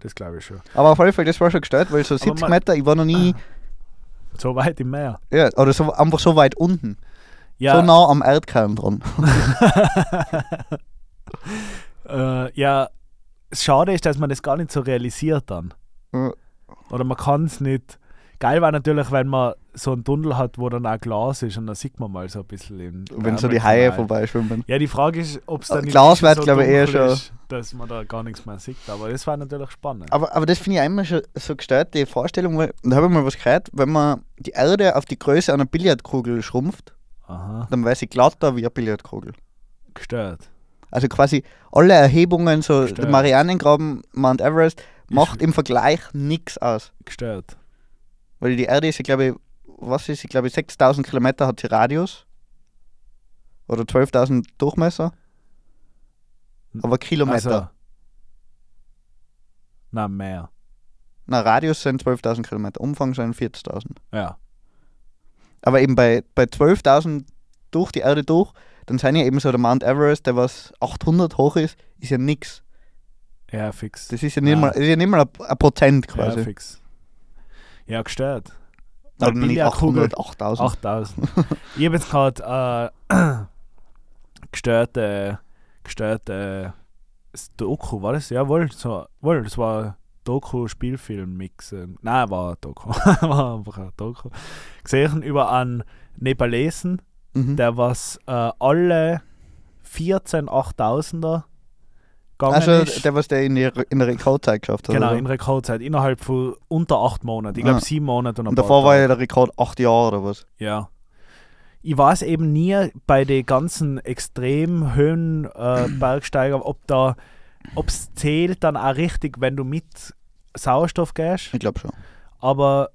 Das glaube ich schon.
Aber auf jeden Fall, das war schon gestellt, weil so
Aber
70
man-
Meter, ich war noch nie,
So weit im Meer.
ja, oder so, einfach so weit unten.
Ja,
So nah am Erdkern dran.
äh, ja, das schade ist, dass man das gar nicht so realisiert dann.
Ja.
Oder man kann es nicht. Geil war natürlich, wenn man so einen Tunnel hat, wo dann auch Glas ist und dann sieht man mal so ein bisschen. Im
Wenn so die Haie
Ärmelkanal.
vorbeischwimmen.
Ja, die Frage ist, ob es dann
Also
nicht
Glas wird,
so
glaube ich, eher
dunkel
schon-
Ist, dass man da gar nichts mehr sieht. Aber das war natürlich spannend.
Aber, aber das finde ich einmal schon so gestellt, die Vorstellung, weil, da habe ich mal was gehört, wenn man die Erde auf die Größe einer Billardkugel schrumpft,
Aha,
dann wäre sie glatter wie eine Billardkugel.
gestört.
Also quasi alle Erhebungen, so
Stimmt.
der Marianengraben, Mount Everest, macht im Vergleich nichts aus.
Gestört.
Weil die Erde ist, ja, glaube ich, was ist, sie, glaube ich, 6000 Kilometer hat sie Radius. Oder 12.000 Durchmesser. Aber Kilometer.
Also, na, mehr.
Na, Radius sind 12.000 Kilometer, Umfang sind 40.000.
Ja.
Aber eben bei, bei 12.000 durch die Erde durch, dann sind ja eben so der Mount Everest, der was 800 hoch ist, ist ja nix.
Ja, fix.
Das ist ja nicht
Ah.
mal, das ist ja nicht mal ein, ein Prozent quasi.
Ja, fix. Ja, gestört.
Oder nicht
Billardkugel.
800, 8000.
8000. ich habe jetzt gerade äh, gestörte, gestörte das Doku, war das? Jawohl, so, wohl, das war Doku-Spielfilm-Mix. äh, Nein, war ein Doku. war einfach ein Doku. Gesehen über einen Nepalesen,
Mhm.
der was äh, alle 14 8000er gegangen
Also
ist.
der, was der in, die, Re- in der Rekordzeit geschafft hat.
Genau,
oder?
in Rekordzeit. Innerhalb von unter acht Monaten. Ich
Ah.
glaube sieben Monate und ein
Und
paar
davor war
Tage.
ja der Rekord 8 Jahre oder was.
Ja. Ich weiß eben nie bei den ganzen extrem Höhen äh, Bergsteiger, ob da ob's zählt dann auch richtig, wenn du mit Sauerstoff gehst.
Ich glaube schon.
Aber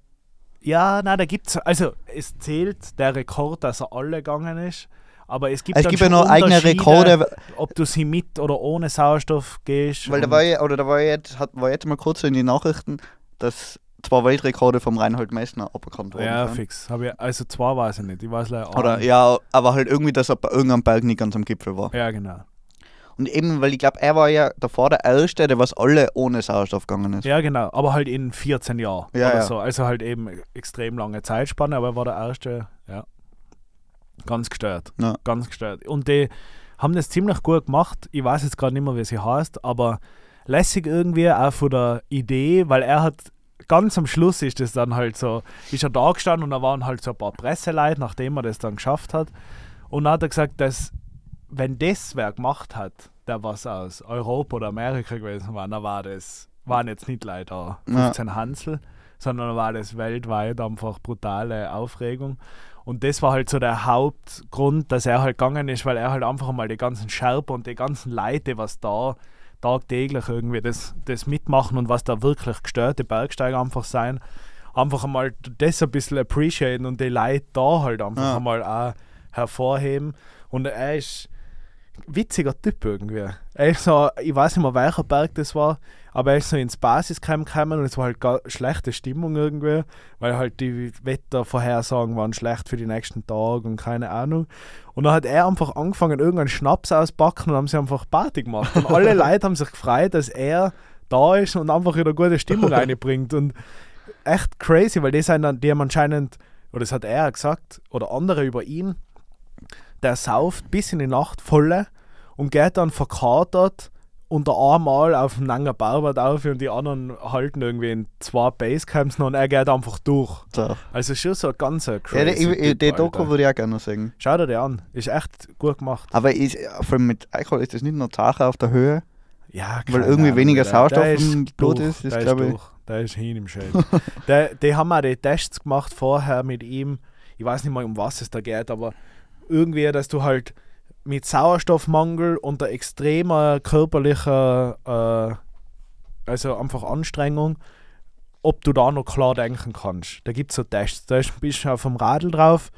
ja, nein, da gibt's also es zählt der Rekord, dass er alle gegangen ist. Aber es gibt,
Es
dann
gibt ja
schon
noch eigene
Unterschiede,
Rekorde,
ob du sie mit oder ohne Sauerstoff gehst.
Weil da
und-
war ja, oder da war ja jetzt, hat, war jetzt mal kurz so in den Nachrichten, dass zwei Weltrekorde vom Reinhold Messner aberkannt worden
ja,
sind.
fix. Hab ich, also zwei weiß ich nicht. Ich weiß leider
Oder
einen.
ja, aber halt irgendwie, dass er bei irgendeinem Berg nicht ganz am Gipfel war.
ja, genau.
Und eben, weil ich glaube, er war ja davor der Erste, der was alle ohne Sauerstoff gegangen ist.
Ja, genau, aber halt in 14 Jahren
Ja,
oder
ja.
so. Also halt eben extrem lange Zeitspanne, aber er war der erste, ja. Ganz gestört.
Ja.
Ganz gestört. Und die haben das ziemlich gut gemacht. Ich weiß jetzt gerade nicht mehr, wie sie heißt, aber lässig irgendwie auch von der Idee, weil er hat ganz am Schluss ist das dann halt so, ist er da gestanden und da waren halt so ein paar Presseleute, nachdem er das dann geschafft hat. Und dann hat er gesagt, dass wenn das wer gemacht hat, der was aus Europa oder Amerika gewesen war, dann war das, waren jetzt nicht leider 15 Hansel, sondern war das weltweit einfach brutale Aufregung. Und das war halt so der Hauptgrund, dass er halt gegangen ist, weil er halt einfach mal die ganzen Scherben und die ganzen Leute, was da tagtäglich irgendwie das, das mitmachen und was da wirklich gestörte Bergsteiger einfach sein, einfach einmal das ein bisschen appreciaten und die Leute da halt einfach
Ja.
einmal auch hervorheben. Und er ist ein witziger Typ irgendwie. Er ist so, ich weiß nicht mehr welcher Berg das war, aber er ist so ins Basiscamp gekommen und es war halt gar schlechte Stimmung irgendwie, weil halt die Wettervorhersagen waren schlecht für die nächsten Tage und keine Ahnung. Und dann hat er einfach angefangen, irgendeinen Schnaps auspacken und haben sie einfach Party gemacht. Und alle Leute haben sich gefreut, dass er da ist und einfach wieder gute Stimmung reinbringt. Und echt crazy, weil die, sind dann, die haben anscheinend, oder das hat er auch gesagt, oder andere über ihn, der sauft bis in die Nacht volle und geht dann verkatert unter einmal auf dem Nanga Barbad auf und die anderen halten irgendwie in zwei Basecamps noch und er geht einfach durch.
So.
Also schon so ein ganzer
Ja,
crazy
die, ich,
Typ,
die
Alter.
Doku würde ich auch gerne noch sehen.
Schau dir den an, ist echt gut gemacht.
Aber ist, vor allem mit Alkohol ist das nicht nur Sache auf der Höhe.
Ja,
Weil
keine
irgendwie
Ahnung,
weniger
der-
Sauerstoff
der ist
im Blut
durch,
ist, ist,
der
glaube ich-
durch, Der ist hin im Schädel. der, die haben auch die Tests gemacht vorher mit ihm. Ich weiß nicht mal, um was es da geht, aber irgendwie, dass du halt mit Sauerstoffmangel unter extremer körperlicher, äh, also einfach Anstrengung, ob du da noch klar denken kannst. Da gibt es so Tests. Da ist ein bisschen auf dem Radl drauf,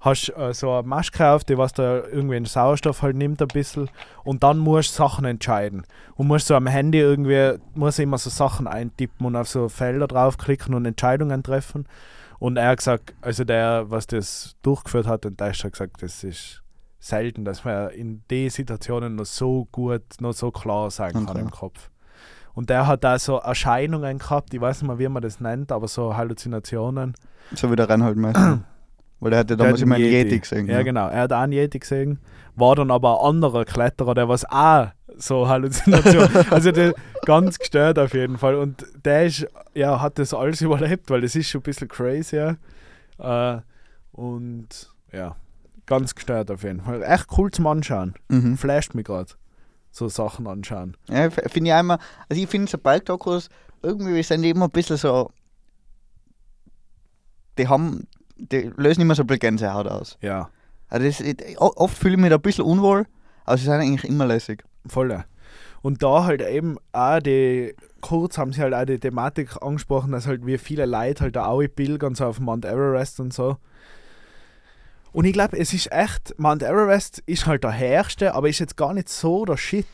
hast äh, so eine Maske auf, die was da irgendwie den Sauerstoff halt nimmt ein bisschen und dann musst du Sachen entscheiden. Und musst so am Handy irgendwie, musst immer so Sachen eintippen und auf so Felder draufklicken und Entscheidungen treffen. Und er hat gesagt, also der, was das durchgeführt hat, in Deutschland hat gesagt, das ist selten, dass man in den Situationen noch so gut, noch so klar sein kann
Okay.
im Kopf. Und der hat da so Erscheinungen gehabt, ich weiß nicht mal, wie man das nennt, aber so Halluzinationen.
So wie der Reinhold Meister. Weil der hat ja
Der
damals
hat
immer einen
einen
Yeti gesehen.
Ja, genau. Er hat auch einen Yeti gesehen. War dann aber ein anderer Kletterer, der was auch so Halluzination. also der, ganz gestört auf jeden Fall. Und der ist, ja, hat das alles überlebt, weil das ist schon ein bisschen crazy. Ja. Äh, und ja, ganz gestört auf jeden Fall. Echt cool zum Anschauen.
Mhm.
Flasht mich gerade. So Sachen anschauen.
Ja, f- finde ich auch immer, also ich finde so Bike-Dokus, irgendwie sind die immer ein bisschen so, die haben, die lösen immer so ein bisschen Gänsehaut aus.
Ja,
Also das, ich, o- oft fühle ich mich da ein bisschen unwohl, aber sie sind eigentlich immer lässig.
voll. Und da halt eben auch die, kurz haben sie halt auch die Thematik angesprochen, dass halt wie viele Leute halt da auch pilgern, so auf Mount Everest und so. Und ich glaube, es ist echt, Mount Everest ist halt der herrste, aber ist jetzt gar nicht so der Shit.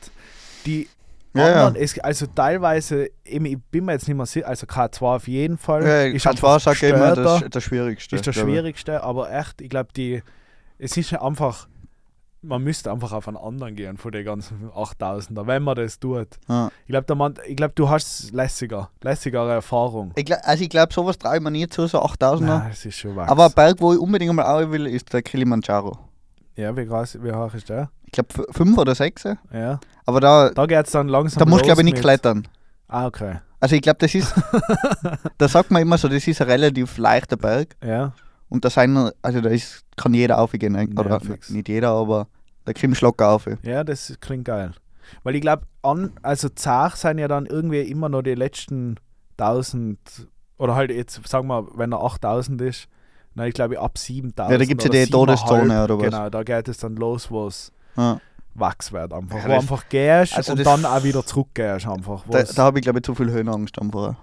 Die
Ja,
anderen,
ja.
Es, also teilweise, eben, ich bin mir jetzt nicht mehr sicher, also K2 auf jeden Fall.
Ja, ich
ist
kann zwar
einfach
sagen, immer das,
gestörter.
das Schwierigste.
Ist das
glaub ich.
Schwierigste, aber echt, ich glaube, die es ist ja einfach, man müsste einfach auf einen anderen gehen von den ganzen 8000er, wenn man das tut.
Ja.
Ich glaube, glaub, du hast lässiger, lässigere Erfahrung.
Ich glaub, also ich glaube, sowas traue ich mir nie zu, so 8000er.
Nein, das ist schon wachs.
aber ein Berg, wo ich unbedingt mal auch will, ist der Kilimanjaro.
ja, wie, groß, wie hoch ist der?
Ich glaube, fünf oder sechs.
Ja.
Aber da,
Da geht es dann langsam
da musst du,
los
glaube ich, nicht
mit-
klettern.
Ah, okay.
Also ich glaube, das ist, da sagt man immer so, das ist ein relativ leichter Berg
Ja,
und da sind, also da ist, kann jeder aufgehen, ne? oder
Ja, fix.
nicht jeder, aber da kriegt Schlocker auf.
ja das klingt geil. Weil ich glaube, also Zach sind ja dann irgendwie immer noch die letzten 1000 oder halt jetzt, sagen wir, wenn er 8000 ist, na ich glaube ab 7000.
Ja, da gibt's ja
oder
die
7.500,
Todeszone oder was.
Genau, da geht es dann los, wo es
Ja.
Wachs wird einfach.
Ja,
wo
das-
einfach gehst
also
und
das-
dann auch wieder zurückgehst einfach. wo
Da,
es-
da habe ich glaube ich zu viel Höhenangst am Vorher.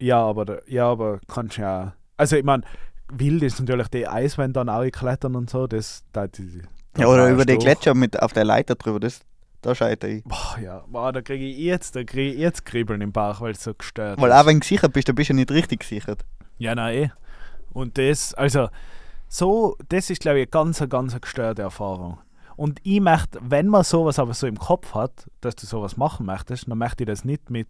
Ja, aber, da- ja, aber kannst ja. Also, ich meine, wild ist natürlich die Eiswände dann auch klettern und so. Das, da, die, da
Ja, oder
brauchst
über die
du auch-
Gletscher mit auf der Leiter drüber, das, da scheitere ich.
Boah, ja, boah, da kriege ich jetzt, da kriege ich jetzt Kribbeln im Bauch, weil es so gestört
Weil
ist.
auch wenn du gesichert bist, dann bist du nicht richtig gesichert.
Ja, nein, eh. Und das, also, so, das ist, glaube ich, eine ganz, eine ganz gestörte Erfahrung. Und ich möchte, wenn man sowas aber so im Kopf hat, dass du sowas machen möchtest, dann möchte ich das nicht mit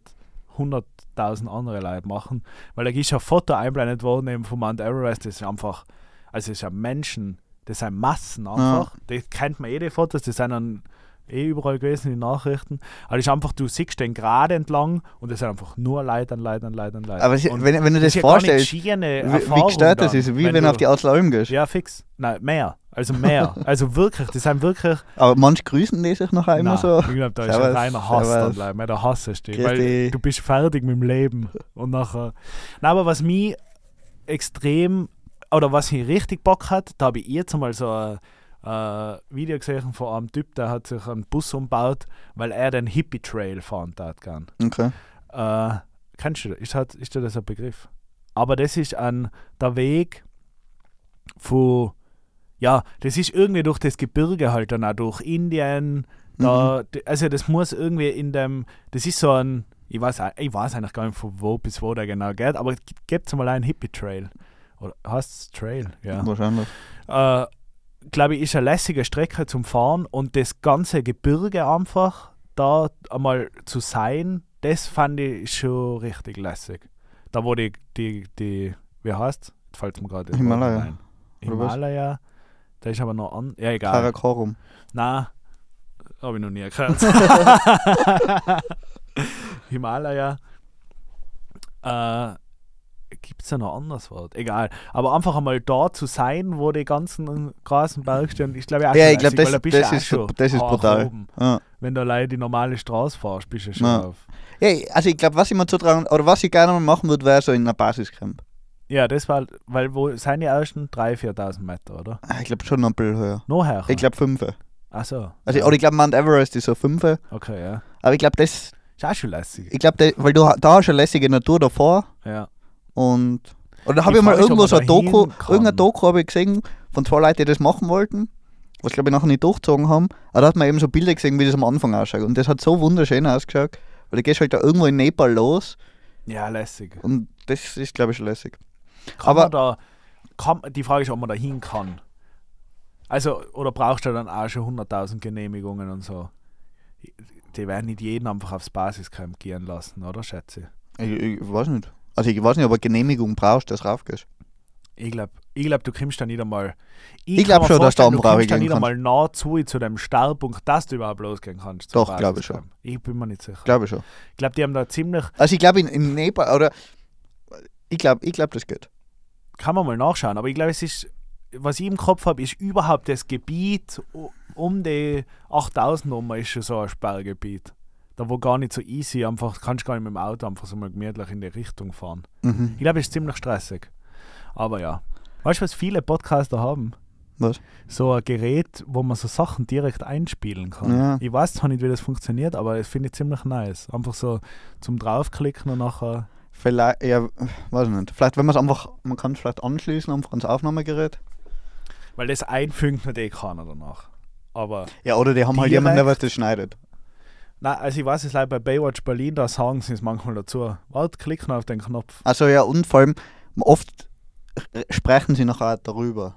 100.000 anderen Leuten machen, weil da ist ja ein Foto einblendet worden eben von Mount Everest, das ist einfach, also es ist ja Menschen, das sind Massen einfach, das kennt man eh die Fotos, das sind dann eh überall gewesen in den Nachrichten, aber das ist einfach, du siehst den gerade entlang und das sind einfach nur Leute an Leute an Leute an Leute.
Aber es-
Und-
wenn, wenn du das
ist ja gar nicht
vorstellst,
schiere
wie, wie
Erfahrung
gestört das
dann,
ist, wie wenn, du
du-
auf die Auslau Alm gehst.
Ja, fix. Nein, mehr. Also mehr. Also wirklich, das sind wirklich.
Aber manche grüßen die sich nachher immer
Nein,
so.
Ich glaube, da ist ein
Servus,
reiner Hass
servus.
dann bleiben, weil der Hass ist die,
Grüß
Weil
dich.
du bist fertig mit dem Leben. Und nachher. Nein, aber was mich extrem oder was ich richtig Bock hat, da habe ich jetzt mal so ein äh, Video gesehen von einem Typ, der hat sich einen Bus umgebaut, weil er den Hippie Trail fahren hat gern.
Okay.
Äh, kennst du das? Ist, halt, ist dir das ein Begriff? Aber das ist an der Weg von, ja, das ist irgendwie durch das Gebirge halt dann auch durch Indien.
Mhm.
Da, d- Also das muss irgendwie in dem, das ist so ein, ich weiß, auch- ich weiß eigentlich gar nicht von wo bis wo der genau geht, aber gibt es mal einen Hippie Trail. Oder heißt es Trail? Ja
Wahrscheinlich.
äh, glaube ich, ist eine lässige Strecke zum Fahren und das ganze Gebirge einfach da einmal zu sein, das fand ich schon richtig lässig. Da wo die, die, die wie heißt es? Fällt mir gerade das Wort
Himalaya.
ein.
Oder was?
Himalaya. Da ist aber noch an. Ja, egal.
Karakorum.
Nein, habe ich noch nie gehört. Himalaya. Äh, Gibt es ja noch ein anderes Wort? Egal. Aber einfach einmal da zu sein, wo die ganzen großen Bergstellen, ich glaube, auch
Ja,
schon
ich glaube,
lässig,
das,
weil da bist du
das,
auch
ist,
schon
das ist
hoch
brutal.
oben.
Ja.
Wenn du allein die normale Straße fährst, bist du schon
Ja.
auf.
Ja, ich- also ich glaube, was ich mir zutrauen, oder was ich gerne mal machen würde, wäre so in einer Basiscamp.
Ja, das war, weil wo sind die ersten 3.000, 4.000 Meter, oder?
Ah, Ich glaube schon ein bisschen höher.
Noch höher.
Ich glaube fünf. Also,
Achso.
ich- Oder ich glaube Mount Everest ist so fünf. Aber
okay, ja.
ich glaube das,
Ist auch schon lässig.
ich glaube, weil du ha- da hast eine lässige Natur davor
Ja.
und Oder habe
Ich
ich mal
frag mich, ob
irgendwo
man
so ein
da
Doku,
hin kann.
irgendein Doku habe ich gesehen von zwei Leuten, die das machen wollten, was glaube ich nachher nicht durchgezogen haben. Aber da hat man eben so Bilder gesehen, wie das am Anfang ausschaut. Und das hat so wunderschön ausgeschaut, weil du gehst halt da irgendwo in Nepal los
Ja, lässig.
und das ist glaube ich schon lässig.
Kann
Aber-
man da, kann, die Frage ist, ob man da hin kann. Also, oder brauchst du dann auch schon 100.000 Genehmigungen und so? Die werden nicht jeden einfach aufs Basiscamp gehen lassen, oder, schätze ich?
Ich, ich weiß nicht. Also ich weiß nicht, ob du Genehmigung brauchst, dass du raufgehst.
Ich glaube, ich glaub, du kommst da nicht einmal.
Ich glaub schon, dass da am
du
Brauch
kommst da
gehen
nicht
kannst.
einmal nah zu, zu dem Startpunkt, dass du überhaupt losgehen kannst. zum
Doch, glaub ich schon.
Basiscamp. Ich bin mir nicht sicher.
Glaube ich schon.
Ich glaube, die haben da ziemlich.
Also ich glaube in, in Nepal oder ich glaube, ich glaube, das geht.
Kann man mal nachschauen, aber ich glaube, es ist. Was ich im Kopf habe, ist überhaupt das Gebiet u- um die 8000 Nummer ist schon so ein Sperrgebiet. Da wo gar nicht so easy, einfach kannst gar nicht mit dem Auto einfach so mal gemütlich in die Richtung fahren.
Mhm.
Ich glaube, es ist ziemlich stressig. Aber ja. Weißt du, was viele Podcaster haben?
Was?
So ein Gerät, wo man so Sachen direkt einspielen kann.
Ja.
Ich weiß zwar nicht, wie das funktioniert, aber das finde ich ziemlich nice. Einfach so zum draufklicken und nachher.
Vielleicht, ja, weiß ich nicht. Vielleicht, wenn man es einfach, man kann es vielleicht anschließen einfach ans Aufnahmegerät.
Weil das einfügt nicht eh keiner danach. Aber.
Ja, oder die haben halt
Direkt?
jemanden, der was das schneidet.
Nein, also ich weiß es leider bei Baywatch Berlin, da sagen sie es manchmal dazu. Warte, klick noch auf den Knopf.
Also ja, und vor allem, oft sprechen sie nachher auch darüber.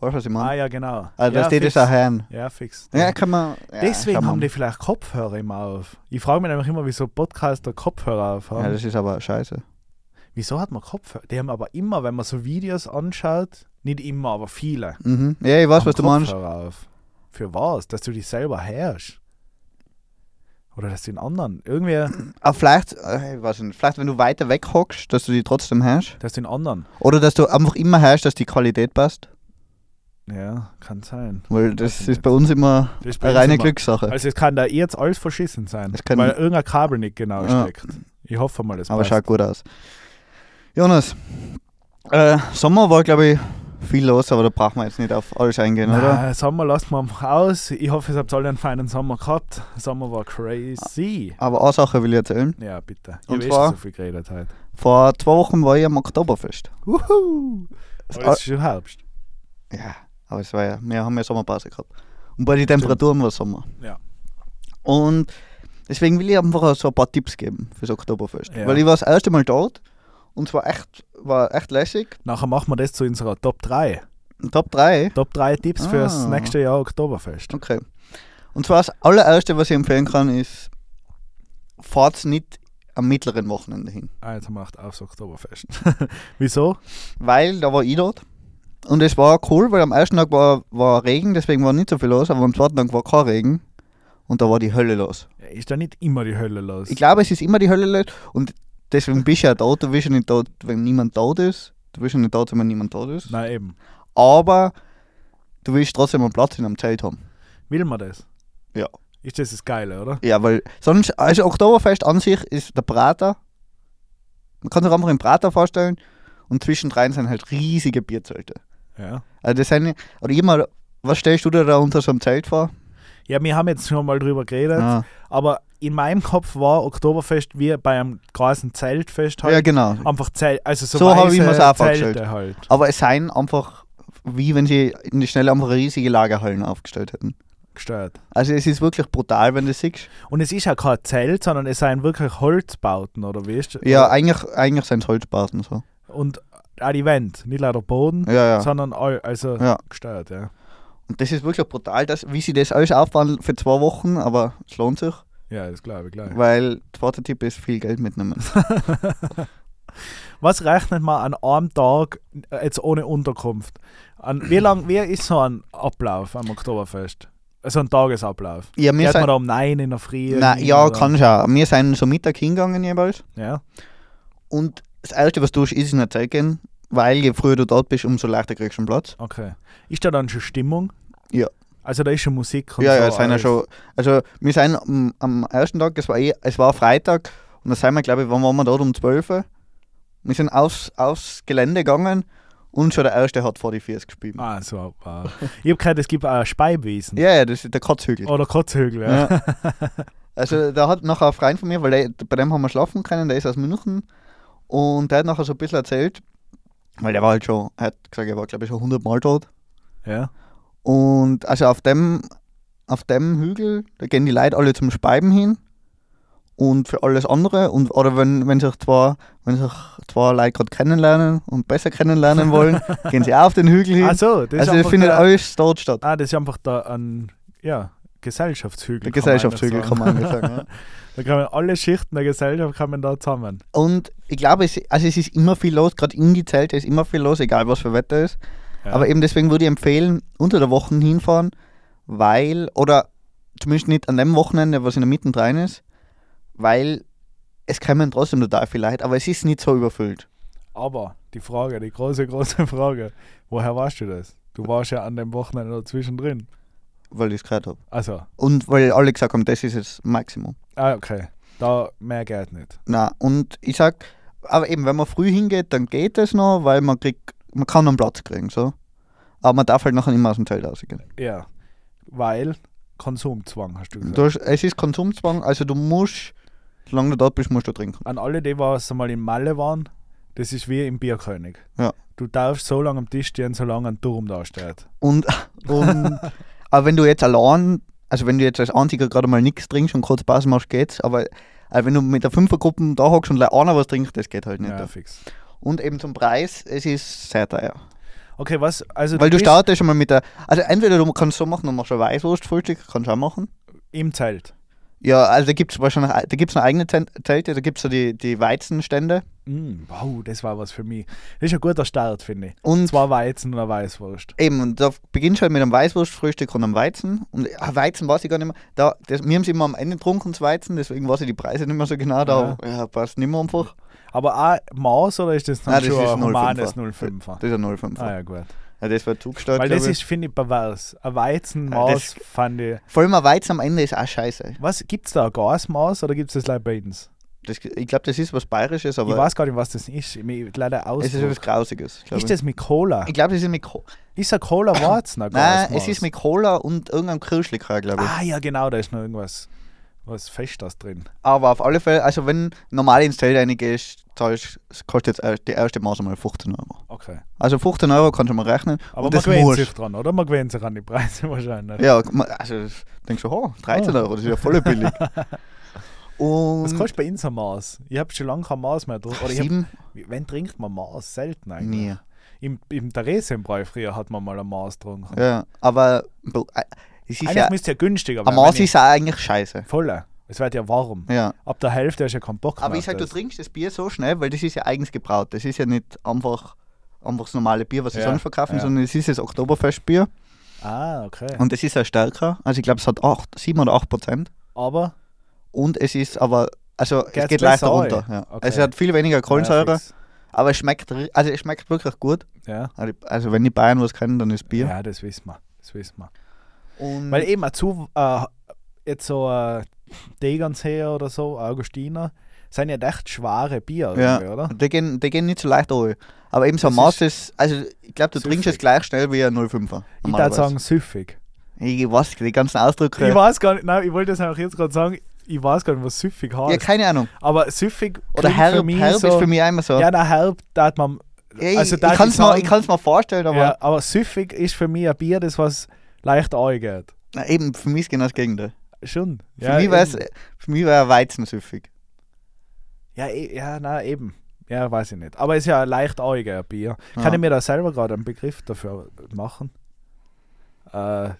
Weißt du, was ich
Ah
meine?
ja, genau.
Also,
ja,
dass die das
fix.
auch hören.
Ja, fix.
Ja, kann man. Ja,
Deswegen
kann man.
haben die vielleicht Kopfhörer immer auf. Ich frage mich nämlich immer, wieso Podcaster Kopfhörer aufhaben.
Ja, das ist aber scheiße.
Wieso hat man Kopfhörer? Die haben aber immer, wenn man so Videos anschaut, nicht immer, aber viele.
Mhm. Ja, ich weiß,
haben
was du meinst.
Kopfhörer auf. Für was? Dass du dich selber herrschst? Oder dass du den anderen, irgendwie,
Aber vielleicht, äh, ich weiß nicht, vielleicht, wenn du weiter weg hockst, dass du die trotzdem hörst.
dass du den anderen.
Oder dass du einfach immer hörst, dass die Qualität passt.
Ja, kann sein.
Weil
Weiß
das
ich
ist
nicht.
bei uns immer
Das ist bei
eine
uns
reine
immer-
Glückssache.
Also es kann da jetzt alles verschissen sein,
Es kann-
weil irgendein Kabel nicht genau
Ja.
steckt. Ich hoffe mal, das
Aber
passt.
schaut gut aus. Jonas, äh, Sommer war, glaube ich, viel los, aber da brauchen wir jetzt nicht auf alles eingehen, oder?
Nein, Sommer lassen wir einfach aus. Ich hoffe, ihr habt alle einen feinen Sommer gehabt. Sommer war crazy.
Aber eine Sache will ich erzählen.
Ja, bitte. Ich
Und
habe eh
zwar-
schon so viel geredet heute.
Vor zwei Wochen war ich am Oktoberfest.
Wuhu! Aber
Ah.
es ist schon Herbst.
Ja, aber es war ja, wir haben ja Sommerpause gehabt. Und bei den Temperaturen war Sommer.
Ja.
Und deswegen will ich einfach auch so ein paar Tipps geben fürs Oktoberfest.
Ja.
Weil ich war das erste Mal dort und es war echt, war echt lässig.
Nachher machen wir das zu unserer Top 3.
Top 3.
Top 3 Tipps fürs
Ah.
nächste Jahr Oktoberfest.
Okay. Und zwar das allererste, was ich empfehlen kann, ist, fahrt nicht am mittleren Wochenende hin.
Ah, jetzt macht aufs Oktoberfest. Wieso?
Weil da war ich dort und es war cool, weil am ersten Tag war, war Regen, deswegen war nicht so viel los, aber am zweiten Tag war kein Regen und da war die Hölle los.
Ist da nicht immer die Hölle los?
Ich glaube, es ist immer die Hölle los und deswegen bist du ja dort, du bist ja nicht dort, wenn niemand dort ist. Du bist ja nicht dort, wenn niemand dort ist.
Nein, eben.
Aber du willst trotzdem einen Platz in einem Zelt haben.
Will man das?
Ja.
Ist das das Geile, oder?
Ja, weil sonst, also Oktoberfest an sich ist der Prater. Man kann sich einfach den Prater vorstellen und zwischendrin sind halt riesige Bierzelte.
Ja.
Also das sind, oder immer, was stellst du dir da unter so einem Zelt vor? Ah.
Ja, wir haben jetzt schon mal drüber geredet,
Ja,
aber in meinem Kopf war Oktoberfest wie bei einem großen Zeltfest
ja
halt.
genau.
Einfach Zelt, also so,
So
weiße
habe ich mir's auch vorgestellt.
Zelte halt.
Aber es seien einfach, wie wenn sie in die Schnelle einfach riesige Lagerhallen aufgestellt hätten.
Gestört.
Also es ist wirklich brutal, wenn du das siehst.
Und es ist ja kein Zelt, sondern es sind wirklich Holzbauten, oder wie ist das?
Ja, eigentlich, eigentlich sind es Holzbauten so.
Und auch die Wand, nicht leider Boden,
Ja, ja.
sondern all, also
Ja.
gestört, ja.
Und das ist wirklich brutal, dass, wie sie das alles aufbauen für zwei Wochen, aber es lohnt sich.
Ja, das glaube ich, gleich.
Weil zweiter Tipp ist viel Geld mitnehmen.
Was rechnet man an einem Tag äh, jetzt ohne Unterkunft? An, wie lang, wie ist so ein Ablauf am Oktoberfest? Also ein Tagesablauf?
Ja, wir
Geht man
sind,
da um 9 in der Früh?
nein,
hin,
ja,
oder?
kann schon. Wir sind so Mittag hingegangen jeweils.
Ja.
Und das Erste, was du tust, ist in ein Zelt gehen, weil je früher du dort bist, umso leichter kriegst du einen Platz.
Okay. Ist da dann schon Stimmung?
Ja.
Also da ist schon Musik
ja, ja,
so
es sind ja
alles.
schon. Also, wir sind am, am ersten Tag, es war, eh, es war Freitag, und da sind wir, glaube ich, wann waren wir dort? Um 12 Uhr. Wir sind aufs, aufs Gelände gegangen und schon der Erste hat vor die 40 gespielt.
Ah, so. Wow. Ich habe gehört, es gibt auch Speibewiesen.
Ja, ja, das ist der Kotzhügel.
Oder Kotzhügel, ja.
Ja. Also da hat nachher ein Freund von mir, weil der, bei dem haben wir schlafen können, der ist aus München und der hat nachher so ein bisschen erzählt, Weil der war halt schon, er hat gesagt, er war glaube ich schon 100 Mal tot.
Ja.
Und also auf dem, auf dem Hügel, da gehen die Leute alle zum Speiben hin und für alles andere. Und, oder wenn, wenn sich zwei, wenn sich zwei Leute gerade kennenlernen und besser kennenlernen wollen, gehen sie auch auf den Hügel hin.
Ach so, das
also
ist
es
einfach
findet
der,
alles dort statt.
Ah, das ist einfach da ein ja,
Der
Gesellschaftshügel. kann man
Gesellschaftshügel
eigentlich
kann man eigentlich sagen. Ja.
Da kann man alle Schichten der Gesellschaft kann man da zusammen.
Und ich glaube, es, also es ist immer viel los, gerade in die Zelte ist immer viel los, egal was für Wetter ist.
Ja.
Aber eben deswegen würde ich empfehlen, unter der Woche hinfahren, weil, oder zumindest nicht an dem Wochenende, was in der Mitte drin ist, weil es kommen trotzdem total viel Leute, aber es ist nicht so überfüllt.
Aber die Frage, die große, große Frage, woher warst du das? Du warst ja an dem Wochenende dazwischen drin.
Weil ich es gehört habe.
Also,
Und weil alle gesagt haben, das ist das Maximum.
ah, okay. Da mehr geht nicht.
Na und ich sag, aber eben, wenn man früh hingeht, dann geht es noch, weil man kriegt, man kann einen Platz kriegen, so. Aber man darf halt nachher immer aus dem Zelt rausgehen.
Ja. Weil Konsumzwang, hast du gesagt.
Du hast, es ist Konsumzwang, also du musst, solange du dort bist, musst du trinken.
An alle, die was einmal in Malle waren, das ist wie im Bierkönig.
Ja.
Du darfst so lange am Tisch stehen, solange ein Turm da steht.
Und, und aber wenn du jetzt allein, also wenn du jetzt als Einziger gerade mal nichts trinkst und kurz Pause machst, geht's. Aber also wenn du mit der Fünfergruppe da hockst und gleich einer was trinkst, das geht halt nicht.
Ja, fix.
Und eben zum Preis, es ist sehr teuer.
Okay, was? Also
Weil du
bist
startest schon mal mit der, also entweder du kannst so machen, du machst ein Weißwurstfrühstück, kannst du auch machen.
im Zelt.
Ja, also da gibt es wahrscheinlich, da gibt's eine eigene Zen- Zelte, da gibt es so die, die Weizenstände.
Mm, wow, das war was für mich. Das ist ein guter Start, finde ich.
Und
Zwei Weizen und eine Weißwurst.
Eben, und da beginnst du halt mit einem Weißwurstfrühstück und einem Weizen. Und ah, Weizen weiß ich gar nicht mehr. Da, das, wir haben es immer am Ende getrunken, das Weizen, deswegen weiß ich die Preise nicht mehr so genau. Da ja, passt nicht mehr einfach.
Aber auch Maß oder ist das dann
Nein, das
schon
ist
ein humanes
0,5er.
05er?
Das ist ein 05.
Ah
Ja.
ja, gut.
das war zugestellt.
Weil das
glaub ich.
ist, finde ich, pervers. Ein
Ja,
Weizenmaß
das-
fand ich.
Vor allem ein Weizen am Ende ist auch scheiße.
Was? Gibt es da ein Gasmaß oder gibt es das leider bei uns?
Das, ich glaube, das ist was Bayerisches,
Ich
aber
weiß gar nicht, was das ist. Ich mir leider aus.
es ist etwas
Ist
Grausiges. glaub ich.
das mit Cola?
ich glaube, das ist mit Co
Ist ein Cola Warzen ein
Nein,
Gasmaß?
es ist mit Cola und irgendeinem Kirschlikör, glaube ich.
Ah ja, genau, da ist noch irgendwas was Festes drin.
Aber auf alle Fälle, also wenn normal ins Zelt reingehst, zahlst- es kostet jetzt erst- die erste Maß einmal 15 Euro.
Okay.
Also 15 Euro kannst du mal rechnen. und
Aber man
das
gewöhnt
musst.
sich dran, oder? Man gewöhnt sich an die Preise wahrscheinlich.
Ja, ma- also ich denkst du, oh, 13 Euro, das ist ja voll billig.
Was
Und
Ah. kostet bei uns ein Maß? Ich habe schon lange kein Maß mehr drin. Oder ich hab,
sieben?
wenn trinkt man Maß? Selten eigentlich.
Nee.
Im, im Theresienbräu früher hat man mal ein Maß getrunken.
Ja, aber bo- äh, es ist
Eigentlich
ja,
müsste ja günstiger
am
werden.
Maß ist auch eigentlich scheiße.
Voller. Es wird ja warm.
Ja.
Ab der Hälfte hast du ja keinen Bock
Aber
mehr
ich sag,
auf
du
das.
trinkst das Bier so schnell, weil das ist ja eigens gebraut. Das ist ja nicht einfach, einfach das normale Bier, was sie
Ja,
sonst verkaufen,
ja.
sondern es ist das Oktoberfestbier.
Ah, okay.
Und es ist ja stärker. Also ich glaube, es hat 8, 7 oder 8 Prozent.
Aber
Und es ist aber, also es
Geht's
geht
besser
leichter
rein?
runter. Ja. Also,
Okay.
Es hat viel weniger
Ja,
Kohlensäure.
fix.
Aber es schmeckt, ri- also es schmeckt wirklich gut.
ja.
Also wenn die Bayern was können, dann ist Bier.
ja, das wissen wir. Das wissen wir.
Und
Weil eben auch zu, äh, jetzt so äh, Degernseher oder so, Augustiner, sind ja echt schwere Bier,
ja,
irgendwie, oder?
Die, gehen, die gehen nicht so leicht runter. Aber eben so ein
Das
Maß ist, also ich glaube, du
süffig.
trinkst es gleich schnell wie ein 05er.
Ich würde
normalerweise.
sagen, süffig.
Ich weiß die ganzen Ausdrücke.
Ich weiß gar nicht, nein, ich wollte das einfach jetzt gerade sagen, ich weiß gar nicht, was süffig heißt.
ja, keine Ahnung.
aber süffig
Oder
klingt
herb,
für mich
herb
so,
ist für mich immer so.
Ja, na, herb, da hat man.
Ja, ich
also
ich
da
kann es
sagen,
mir, ich kann's mir vorstellen, aber
ja, aber süffig ist für mich ein Bier, das was leicht angeht.
na, eben, für mich ist genau das Gegenteil.
Schon.
Für
ja,
mich war es,
eben.
für mich war Weizen süffig.
Ja, eh- ja, na eben. Ja, weiß ich nicht. Aber ist ja ein leicht ein Bier.
Ja.
Kann ich mir da selber gerade einen Begriff dafür machen? Äh,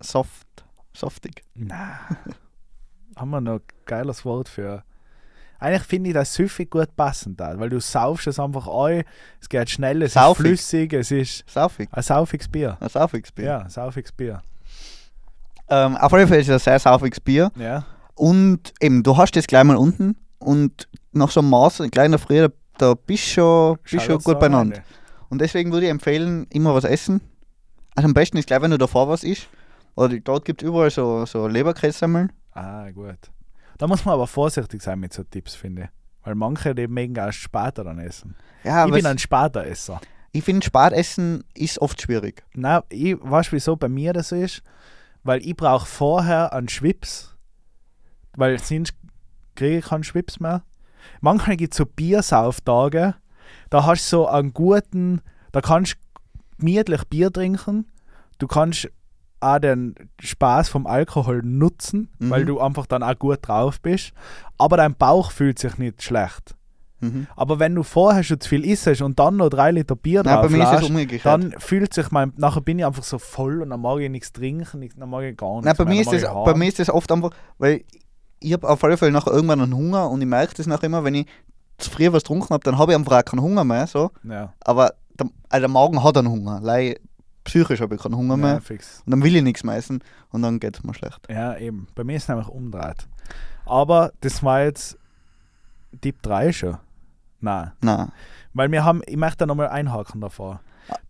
Soft, softig.
na. Haben wir noch ein geiles Wort für. Eigentlich finde ich das süffig gut passend da, weil du saufst es einfach ein, es geht schnell, es
Saufig.
ist flüssig, es ist
Saufig.
ein saufiges Bier.
Ein saufiges Bier.
Ja, ein saufiges Bier.
Ähm, auf jeden Fall ist es ein sehr saufiges Bier.
Ja.
Und eben, du hast das gleich mal unten und nach so einem Maß, ein kleiner Frier, da bist du schon, bist
Schaut
schon
uns
gut
da
beieinander.
rein.
Und deswegen würde ich empfehlen, immer was essen. Also am besten ist gleich, wenn du davor was isst. Oder die- dort gibt es überall so, so Leberkässemmeln.
Ah, gut. Da muss man aber vorsichtig sein mit so Tipps, finde ich. Weil manche, die mögen auch später dann essen.
Ja,
ich
ich,
bin ein Späteresser.
ich finde, Spatessen ist oft schwierig.
Nein, ich weiß, wieso bei mir das ist, weil ich brauche vorher einen Schwips, weil sonst kriege ich keinen Schwips mehr. Manchmal gibt es so Biersauftage, Da hast du so einen guten, da kannst du gemütlich Bier trinken. Du kannst auch den Spaß vom Alkohol nutzen,
Mhm.
weil du einfach dann auch gut drauf bist. Aber dein Bauch fühlt sich nicht schlecht.
Mhm.
Aber wenn du vorher schon zu viel isst und dann noch drei Liter Bier
Nein, bei
drauf
mir ist es
lässt,
umgekehrt.
dann fühlt sich mein, nachher bin ich einfach so voll und dann mag ich nichts trinken, nichts, dann mag ich gar nichts.
Nein, bei
mehr,
mir,
dann
ist das,
mag ich
bei
haben.
mir ist das oft einfach, weil ich habe auf alle Fälle nachher irgendwann einen Hunger und ich merke das nachher immer, wenn ich zu früh was getrunken habe, dann habe ich einfach auch keinen Hunger mehr. So.
ja,
Aber der, also der Magen hat einen Hunger. Lei, psychisch habe ich keinen Hunger
ja,
mehr.
fix.
Und dann will ich nichts mehr essen und dann geht es mir schlecht.
ja, eben. Bei mir ist es nämlich umdreht. Aber das war jetzt Tipp 3 schon. Nein.
Nein.
Weil wir haben, ich möchte da nochmal einhaken davor.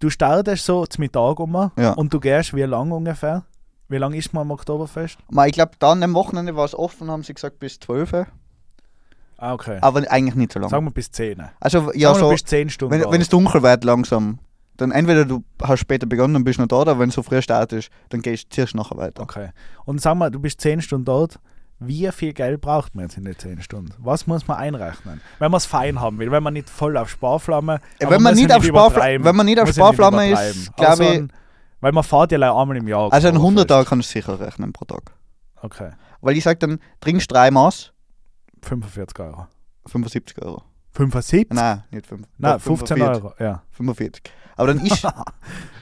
Du startest so zum Mittag um
Ja.
und du gehst wie lang ungefähr? Wie lang ist man am Oktoberfest?
Ma, Ich glaube, dann am Wochenende war es offen, haben sie gesagt, bis 12 Uhr.
Ah, okay.
Aber eigentlich nicht so lange.
Sagen wir bis 10.
Also, ja,
Sagen wir, du
so,
bist 10 Stunden.
wenn,
da.
wenn es dunkel wird, langsam. Dann entweder du hast später begonnen und bist noch da, oder wenn es so früh startest, dann gehst, ziehst du nachher weiter.
Okay. Und sag mal, du bist 10 Stunden dort. Wie viel Geld braucht man jetzt in den 10 Stunden? Was muss man einrechnen? Wenn man es fein haben will, wenn man nicht voll auf Sparflamme.
Äh, Wenn
aber
man
muss ja
nicht auf Sparfla-
übertreiben.
wenn man nicht auf
Muss
Sparflamme ist,
übertreiben.
glaub
Aber so
ich-
ein- Weil man fährt ja leider einmal im Jahr.
Also ein
Oktoberfest.
100er kannst du sicher rechnen pro Tag.
Okay.
Weil ich sage dann, trinkst drei Maß,
45 Euro.
75 Euro.
75?
Nein, nicht 5.
Nein, 15 Euro. Ja.
45. Aber dann ist,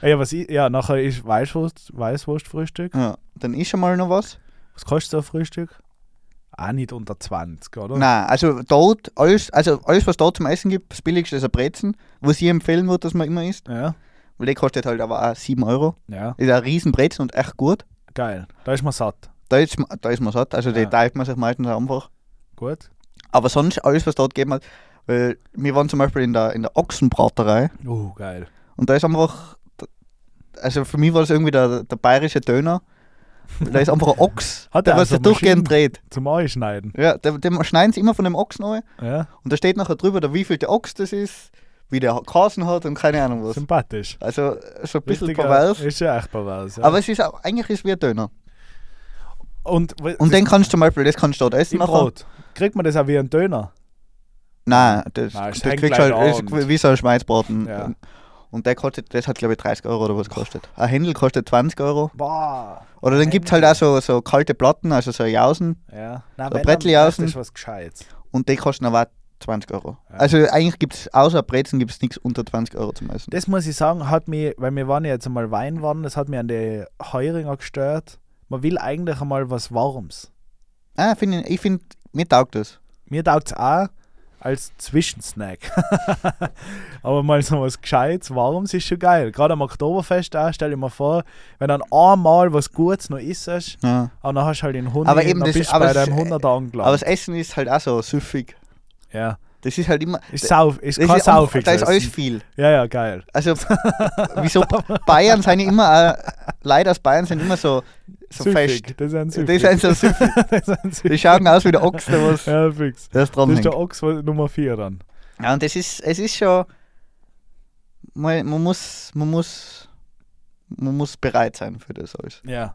Ja, was ich, ja, nachher ist Weißwurst, Weißwurstfrühstück.
ja, dann ist schon mal noch was.
Was kostet so ein Frühstück? Auch nicht unter 20, oder?
Nein, also dort, alles, also alles, was dort zum Essen gibt, das billigste ist ein Brezen, was ich empfehlen würde, dass man immer isst.
Ja,
Weil der kostet halt aber auch 7 Euro.
ja,
Ist ein riesen Brezen und echt gut.
geil. Da ist man satt.
Da ist, ma- da ist man satt, also die
Ja.
teilt man sich meistens einfach.
Gut.
Aber sonst alles, was dort gegeben hat, weil wir waren zum Beispiel in der, in der Ochsenbraterei
Oh, geil.
Und da ist einfach, also für mich war das irgendwie der, der bayerische Döner. Da ist einfach ein Ochs,
Hat
der
er
was
also
da durchgehend dreht.
Zum Einschneiden.
Ja, dem, dem schneiden sie immer von dem Ochsen an
Ja,
und da steht nachher drüber, da wie viel der Ochs das ist, wie der Kasen hat und keine Ahnung was.
sympathisch.
Also so ein bisschen
Richtiger-
pervers.
Ist ja echt pervers. Ja.
Aber es ist auch, eigentlich ist es wie ein Döner.
und w-
Und
das-
den kannst du zum Beispiel, das kannst du dort essen
im
nachher.
Brot. Kriegt man das auch wie ein Döner?
Nein, das,
Nein,
das
es hängt
kriegst du
gleich
halt
da
das
und-
ist wie so ein Schweinsbraten.
Ja.
Und der kostet, das hat glaube ich 30 Euro oder was kostet. Ein Händel kostet 20 Euro.
Boah.
Oder dann gibt es halt auch so, so kalte Platten, also so Jausen,
Ja. Nein,
So
wenn,
Brettli
dann-
außen.
Das ist was Gescheites.
und die kosten aber auch 20 Euro.
Ja.
Also eigentlich gibt es, außer Brezen gibt es nichts unter 20 Euro zum Essen.
Das muss ich sagen, hat mich, weil wir waren ja jetzt einmal Weinwandern, das hat mich an die Heuringer gestört. Man will eigentlich einmal was Warmes.
Ah, find ich ich finde, mir taugt das.
Mir taugt es auch als Zwischensnack. Aber mal so was Gescheites, Warmes ist schon geil. Gerade am Oktoberfest auch, stell dir mal vor, wenn dann einmal was Gutes noch isst,
Ja.
und dann hast du halt den Hund,
Aber eben
dann
das-
bist du
aber
bei
es ist- äh,
deinem 100
Aber das
angelangt.
Essen ist halt auch so süffig.
Ja.
Das ist halt immer.
Ist sauf, ist
das
kein
ist einfach-
saufig.
da ist alles viel.
Ja, ja, geil.
Also, wieso Bayern sind ja immer, äh, Leute aus Bayern sind immer so, so fest.
Das ist ein Süffig.
Die sind so süffig.
Das ist ein
Die
Süffig.
schauen aus wie der Ochs, der was
Ja, fix.
der was
Das
dran
ist
hängt.
der Ochs was- Nummer 4 dann.
Ja, und das ist, es ist schon, man, man muss, man muss, man muss bereit sein für das alles.
Ja.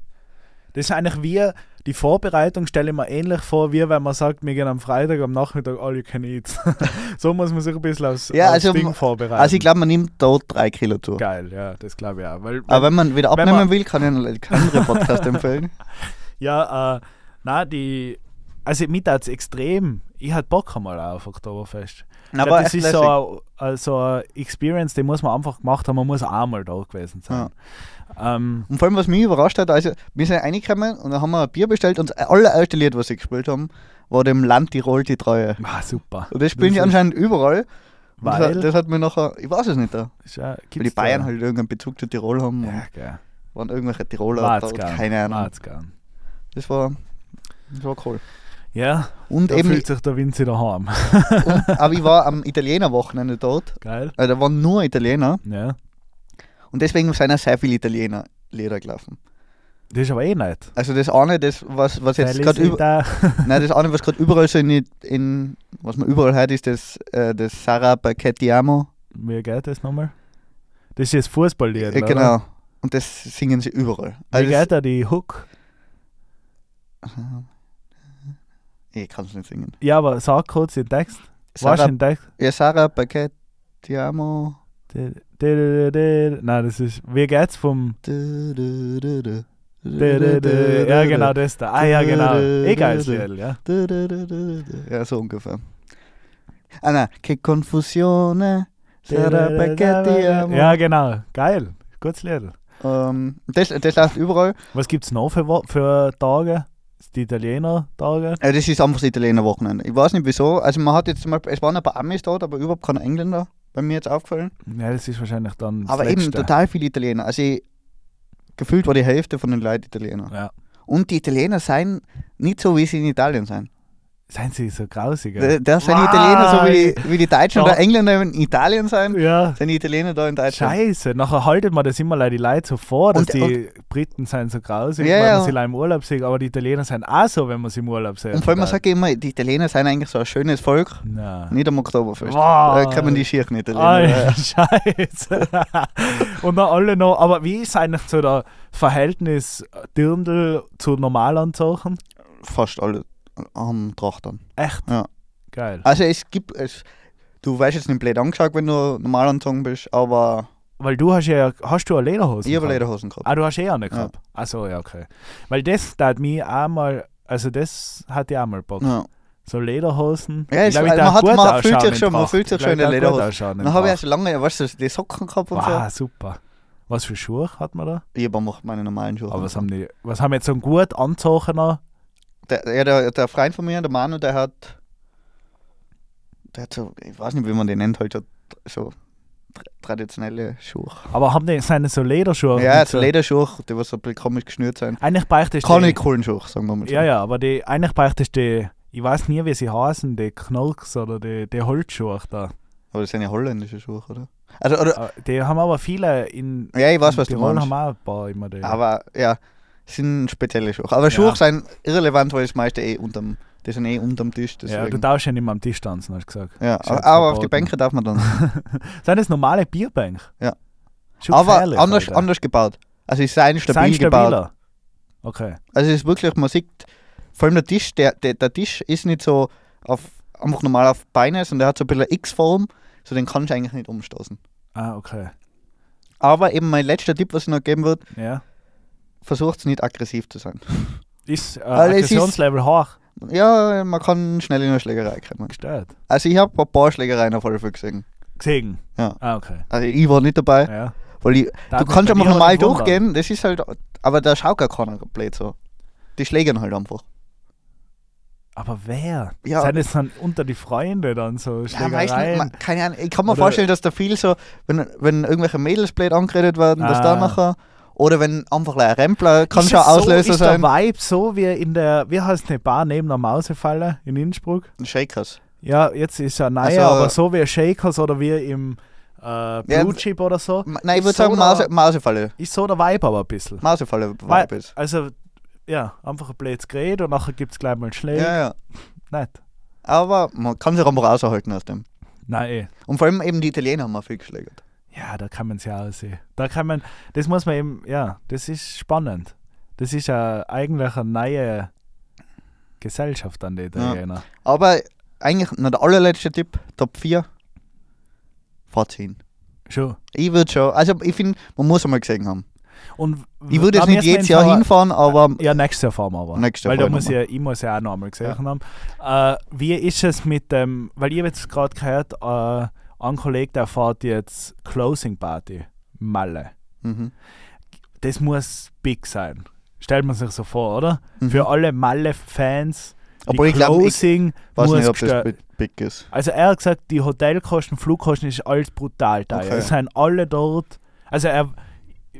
Das ist eigentlich wie, die Vorbereitung stelle ich mir ähnlich vor, wie wenn man sagt, wir gehen am Freitag am Nachmittag all you can eat. so muss man sich ein bisschen aufs,
Ja,
aufs
also-
Ding vorbereiten.
Also ich glaube, man nimmt dort drei Kilo zu.
Geil, ja, das glaube ich auch. Weil,
Aber wenn man wieder
Wenn
abnehmen
man-
will, kann ich einen keinen anderen Podcast empfehlen.
ja, äh, na die, also mit als extrem, ich hatte Bock einmal auf Oktoberfest. Ich glaub,
Aber
das
echt
ist so
lässig.
eine, äh, so eine Experience, die muss man einfach gemacht haben, man muss einmal da gewesen sein. Ähm,
Und vor allem, was mich überrascht hat, also wir sind reingekommen und dann haben wir ein Bier bestellt und das allererste Lied, was sie gespielt haben, war dem Land Tirol die Treue.
ah, super.
Und das spielen
Das
sie
ist-
anscheinend überall. Und das,
Weil?
hat- das hat mir nachher, ich weiß es nicht da,
ist ja-
weil
gibt's
die Bayern
da-
halt irgendeinen Bezug zu Tirol haben
Ja,
und
geil.
waren irgendwelche Tiroler
Macht's
dort,
gern.
keine Ahnung.
Macht's gern.
Das war, das war cool.
Ja,
Und
da
eben,
fühlt sich der Winzi daheim.
und, aber ich war am Italiener-Wochenende dort.
Geil.
Äh, da waren nur Italiener.
Ja.
Und deswegen sind auch sehr viele Italiener Leder gelaufen.
Das ist aber eh nicht.
Also das eine, das was, was jetzt
Weil
gerade
ist
über,
da-
nein, das eine, was gerade überall so in, in was man überall hört, ist das, äh, das Sarah Pacchettiamo.
Wie geht das nochmal? Das ist jetzt Fußballlied,
Äh,
oder?
genau. Und das singen sie überall.
Wie
Also das,
geht da die Hook?
ich kann es nicht singen.
Ja, aber sag kurz den Text. Was
Sarah,
den Text?
ja, Sarah Paquet, Ti amo.
Dä- dä- dä- dä- dä- Nein, das ist. Wie geht's vom.
Du, du, du, du. Du,
dä-
du,
dä- dä-
du,
Ja,
du,
genau,
du.
das da. Ah, ja, genau. Eh geiles
Dä- dä-
Lied, ja.
Du, du, du, du, du. Ja, so ungefähr. Ah, nein. Che confusione. Sarà perché ti amo.
Ja, genau. Geil. Gutes Lied.
Ähm, das, das läuft überall.
Was gibt's noch für, Wo- für Tage? Die Italiener-Tage?
Äh, Das ist einfach das Italiener Wochenende. Ich weiß nicht wieso. Also man hat jetzt zum Beispiel, es waren ein paar Amis dort, aber überhaupt keine Engländer. Bei mir jetzt aufgefallen.
Ja, das ist wahrscheinlich dann. Das
aber
Letzte.
eben total viele Italiener. Also ich, gefühlt war die Hälfte von den Leuten Italiener.
Ja.
Und die Italiener seien nicht so, wie sie in Italien sind.
Seien sie so grausig.
Da,
ja.
da sind die
Wow.
Italiener so wie die, wie die Deutschen
Ja.
oder Engländer in Italien sein,
Ja.
sind die Italiener da in Deutschland.
Scheiße, nachher haltet man das immer leider die Leute so vor, dass
Und-
die Briten sind so grausig,
Ja,
wenn
ja.
man sie leider im Urlaub sieht, aber die Italiener sind auch so, wenn man sie im Urlaub sieht.
Und vor allem, man sagt immer, die Italiener sind eigentlich so ein schönes Volk,
Nein.
nicht am Oktoberfest. Da
Wow.
kommen die schier nicht
Ah,
Italiener.
ja, scheiße. Und dann alle noch, aber wie ist eigentlich so der Verhältnis äh, Dirndl zu Normalanzeichen?
Fast alle am Trachtern.
Echt?
Ja.
Geil.
Also es gibt, es, du weißt jetzt nicht blöd angeschaut, wenn du normal anzogen bist, aber
Weil du hast ja, hast du eine Lederhose?
ich habe
gehabt?
Lederhosen gehabt.
Ah, du hast eh eine gehabt. Ach so, ja, okay. Weil das hat mich auch mal, also das hat ich auch mal Bock.
Ja.
So Lederhosen.
Ja, es-
Ich glaub, ich
man
darf
hat-
gut
man fühlt sich
ausschauen in
schon- man
Tracht.
fühlt sich
Ich glaub,
schon in
ich darf
der
gut
Lederhose.
ausschauen in
Dann habe ich auch
Tracht.
so lange, weißt du, die Socken gehabt und so.
Wow, super. Was für Schuhe hat man da?
Ich habe einfach meine normalen Schuhe.
Aber was haben die, was haben jetzt so ein gut anzogener?
der, ja, der, der Freund von mir, der Manu, der hat, der hat so, ich weiß nicht, wie man den nennt, halt so, so tra- traditionelle Schuhe.
Aber haben die, sind das so Lederschuhe?
ja,
Oh, Mit
so Lederschuhe, die was so ein bisschen komisch geschnürt sind.
Eigentlich bräuchte ich
Keine
die-
coolen Schuhe, sagen wir mal so.
Ja, ja, aber die, eigentlich bräuchte ich die, ich weiß nie, wie sie heißen, die Knolks oder die, die Holzschuhe da.
Aber das sind ja holländische Schuhe, oder? Also, oder
Äh, Die haben aber viele in,
ja, ich weiß, was
in
du
Tirol
meinst.
Ah. haben auch ein paar immer die.
Aber ja, sind spezielle Schuhe. Aber Schuhe
Ja.
sind irrelevant, weil das meiste eh unterm, die sind eh unterm Tisch.
ja, du
Deswegen. Ja,
darfst ja nicht mehr am Tisch tanzen, hast du gesagt.
ja.
Ist jetzt
aber aber auf die
verboten.
Bänke darf man dann.
Sind das normale Bierbänke?
Ja.
Schon
aber
gefährlich,
anders,
Alter.
anders gebaut. Also, es sind stabil
Sind
gebaut.
stabiler. Okay.
Also es ist wirklich, man sieht, vor allem der Tisch, der, der, der Tisch ist nicht so auf, einfach normal auf Beine, sondern der hat so ein bisschen eine X-Form, so den kannst du eigentlich nicht umstoßen.
Ah, okay.
Aber eben mein letzter Tipp, was ich noch geben würde,
Ja.
versucht nicht aggressiv zu sein.
Ist äh,
Weil es ist-
Aggressionslevel hoch
Ja, man kann schnell in eine Schlägerei kommen.
gestellt.
Also ich habe ein paar Schlägereien auf alle Fälle gesehen.
Gesehen.
Ja.
Ah, okay.
Also ich war nicht dabei,
Ja.
weil ich, du
Da hat mich
kannst
bei
einfach
dir
normal
halt gewundert.
durchgehen, das ist halt, aber da schaut gar keiner blöd so. Die schlägern halt einfach.
Aber wer?
Ja.
Sind es dann unter die Freunde dann so
Ja, weiß
Schlägereien?
nicht, man, keine Ahnung. Ich kann mir
Oder-
vorstellen, dass da viel so, wenn, wenn irgendwelche Mädels blöd angeredet werden, dass da
Ah.
nachher. Oder wenn einfach gleich ein Rempler, kann
Ist
schon
es
Auslöser
so, ist
sein.
der Vibe so wie in der, wie heißt eine Bar neben der Mausefalle in Innsbruck?
Shakers.
Ja, jetzt ist ja neu,
Also-
aber so wie Shakers oder wie im äh, Blue
Ja,
Chip oder so.
Ma- Nein, ich
Ist
würde
so
sagen
der-
Mause, Mausefalle.
Ist so der Vibe aber ein bisschen.
Mausefalle
Weil-
Vibe ist.
Also, ja, einfach ein blödes Gerät und nachher gibt es gleich mal einen Schläger.
Ja, ja.
Nett.
Aber man kann sich einfach raushalten aus dem.
Nein, eh.
Und vor allem eben die Italiener haben wir viel geschlägert.
Ja, da kann man es ja aussehen. Da kann man, das muss man eben, ja, das ist spannend. Das ist ja eigentlich eine neue Gesellschaft an die Italiener.
Aber eigentlich noch der allerletzte Tipp, Top 4. Fahrt hin.
Schon.
Ich würde schon, also ich finde, man muss einmal gesehen haben.
Und
Ich würde jetzt
da
nicht
müssen wir
jedes
jetzt
Jahr
aber-
hinfahren, aber
Ja, nächstes Jahr fahren wir aber.
Nächstes Jahr
weil da
fahren wir
muss ich,
mal.
ich muss ja auch noch einmal gesehen haben. Äh, wie ist es mit dem, weil ich habe jetzt gerade gehört, äh, ein Kollege, der fährt jetzt Closing Party, Malle.
mhm.
Das muss big sein. Stellt man sich so vor, oder?
Mhm.
Für alle Malle-Fans. die
Obwohl ich glaube, ich
Closing
weiß
muss
nicht, ob das
gestört-
bi- big ist.
Also er hat gesagt, die Hotelkosten, Flugkosten ist alles brutal teuer.
Okay.
Es sind alle dort. Also er,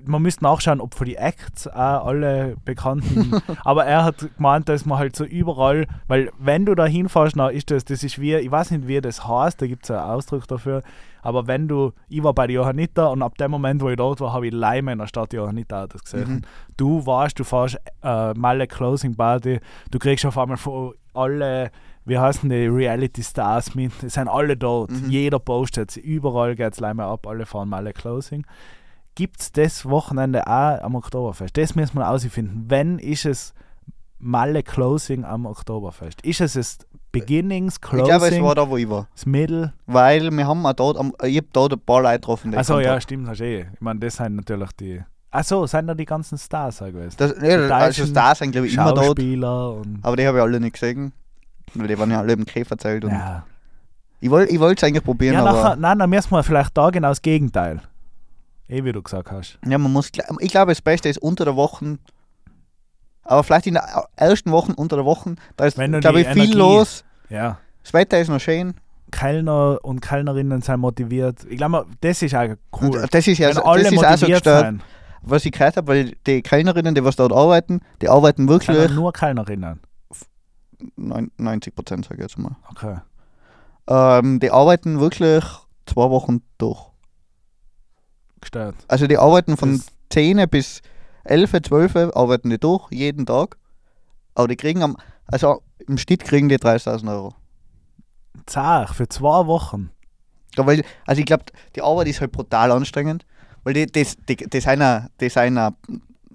man müsste nachschauen, ob für die Acts auch alle bekannten. aber er hat gemeint, dass man halt so überall, weil wenn du da hinfährst, dann ist das, das ist wie, ich weiß nicht, wie das heißt, da gibt es einen Ausdruck dafür. Aber wenn du, ich war bei der Johannita und ab dem Moment, wo ich dort war, habe ich Leime in der Stadt Johannita Autos gesehen. Du warst, du fährst äh, Malle Closing Party, du kriegst auf einmal von alle, wie heißen die, Reality Stars mit, es sind alle dort, jeder postet, überall geht es Leime ab, alle fahren Malle Closing. Gibt es das Wochenende auch am Oktoberfest? Das müssen wir ausfinden. Wenn ist es Malle Closing am Oktoberfest? Ist es das Beginnings,
Ich glaube, es war
Closing,
da, wo ich war.
das Middle.
Weil wir haben auch dort, am- ich habe dort ein paar Leute getroffen. die
Achso,
ich kannte.
ja, stimmt, hast eh. Ich meine, das sind natürlich die. Achso, sind da die ganzen Stars auch gewesen.
Das, ja,
Die
also
Deutschen,
Stars sind, glaube ich, immer dort.
Schauspieler und.
Aber die habe ich alle nicht gesehen. Weil die waren ja alle im Käferzelt. Und
Ja,
Ich wollte ich es eigentlich probieren,
ja nachher,
aber
nein, dann müssen wir vielleicht da genau das Gegenteil. Eh, wie du gesagt hast.
ja, man muss, gl- ich glaube, das Beste ist unter der Woche. Aber vielleicht in der ersten Woche, unter der Woche, da ist,
Wenn du
glaube
die
ich, viel
Energie-
los.
Ja.
Das Wetter ist noch schön.
Kellner und Kellnerinnen sind motiviert. Ich glaube, das ist auch cool.
Und das ist ja
Wenn
so-
alle
das ist auch so
motiviert
gestört,
sind,
was ich gehört habe, weil die Kellnerinnen, die was dort arbeiten, die arbeiten
sind
wirklich
dann nur Kellnerinnen.
neun- 90 Prozent, sage ich jetzt mal.
Okay.
Ähm, die arbeiten wirklich zwei Wochen durch.
Gestört.
Also die arbeiten von
Das-
10 bis 11, 12 arbeiten die durch, jeden Tag. Aber die kriegen am, also im Schnitt kriegen die 30.000 Euro.
Zach, für zwei Wochen.
Ja, weil, also ich glaube, die Arbeit ist halt brutal anstrengend, weil die, das, die, das einer, das einer,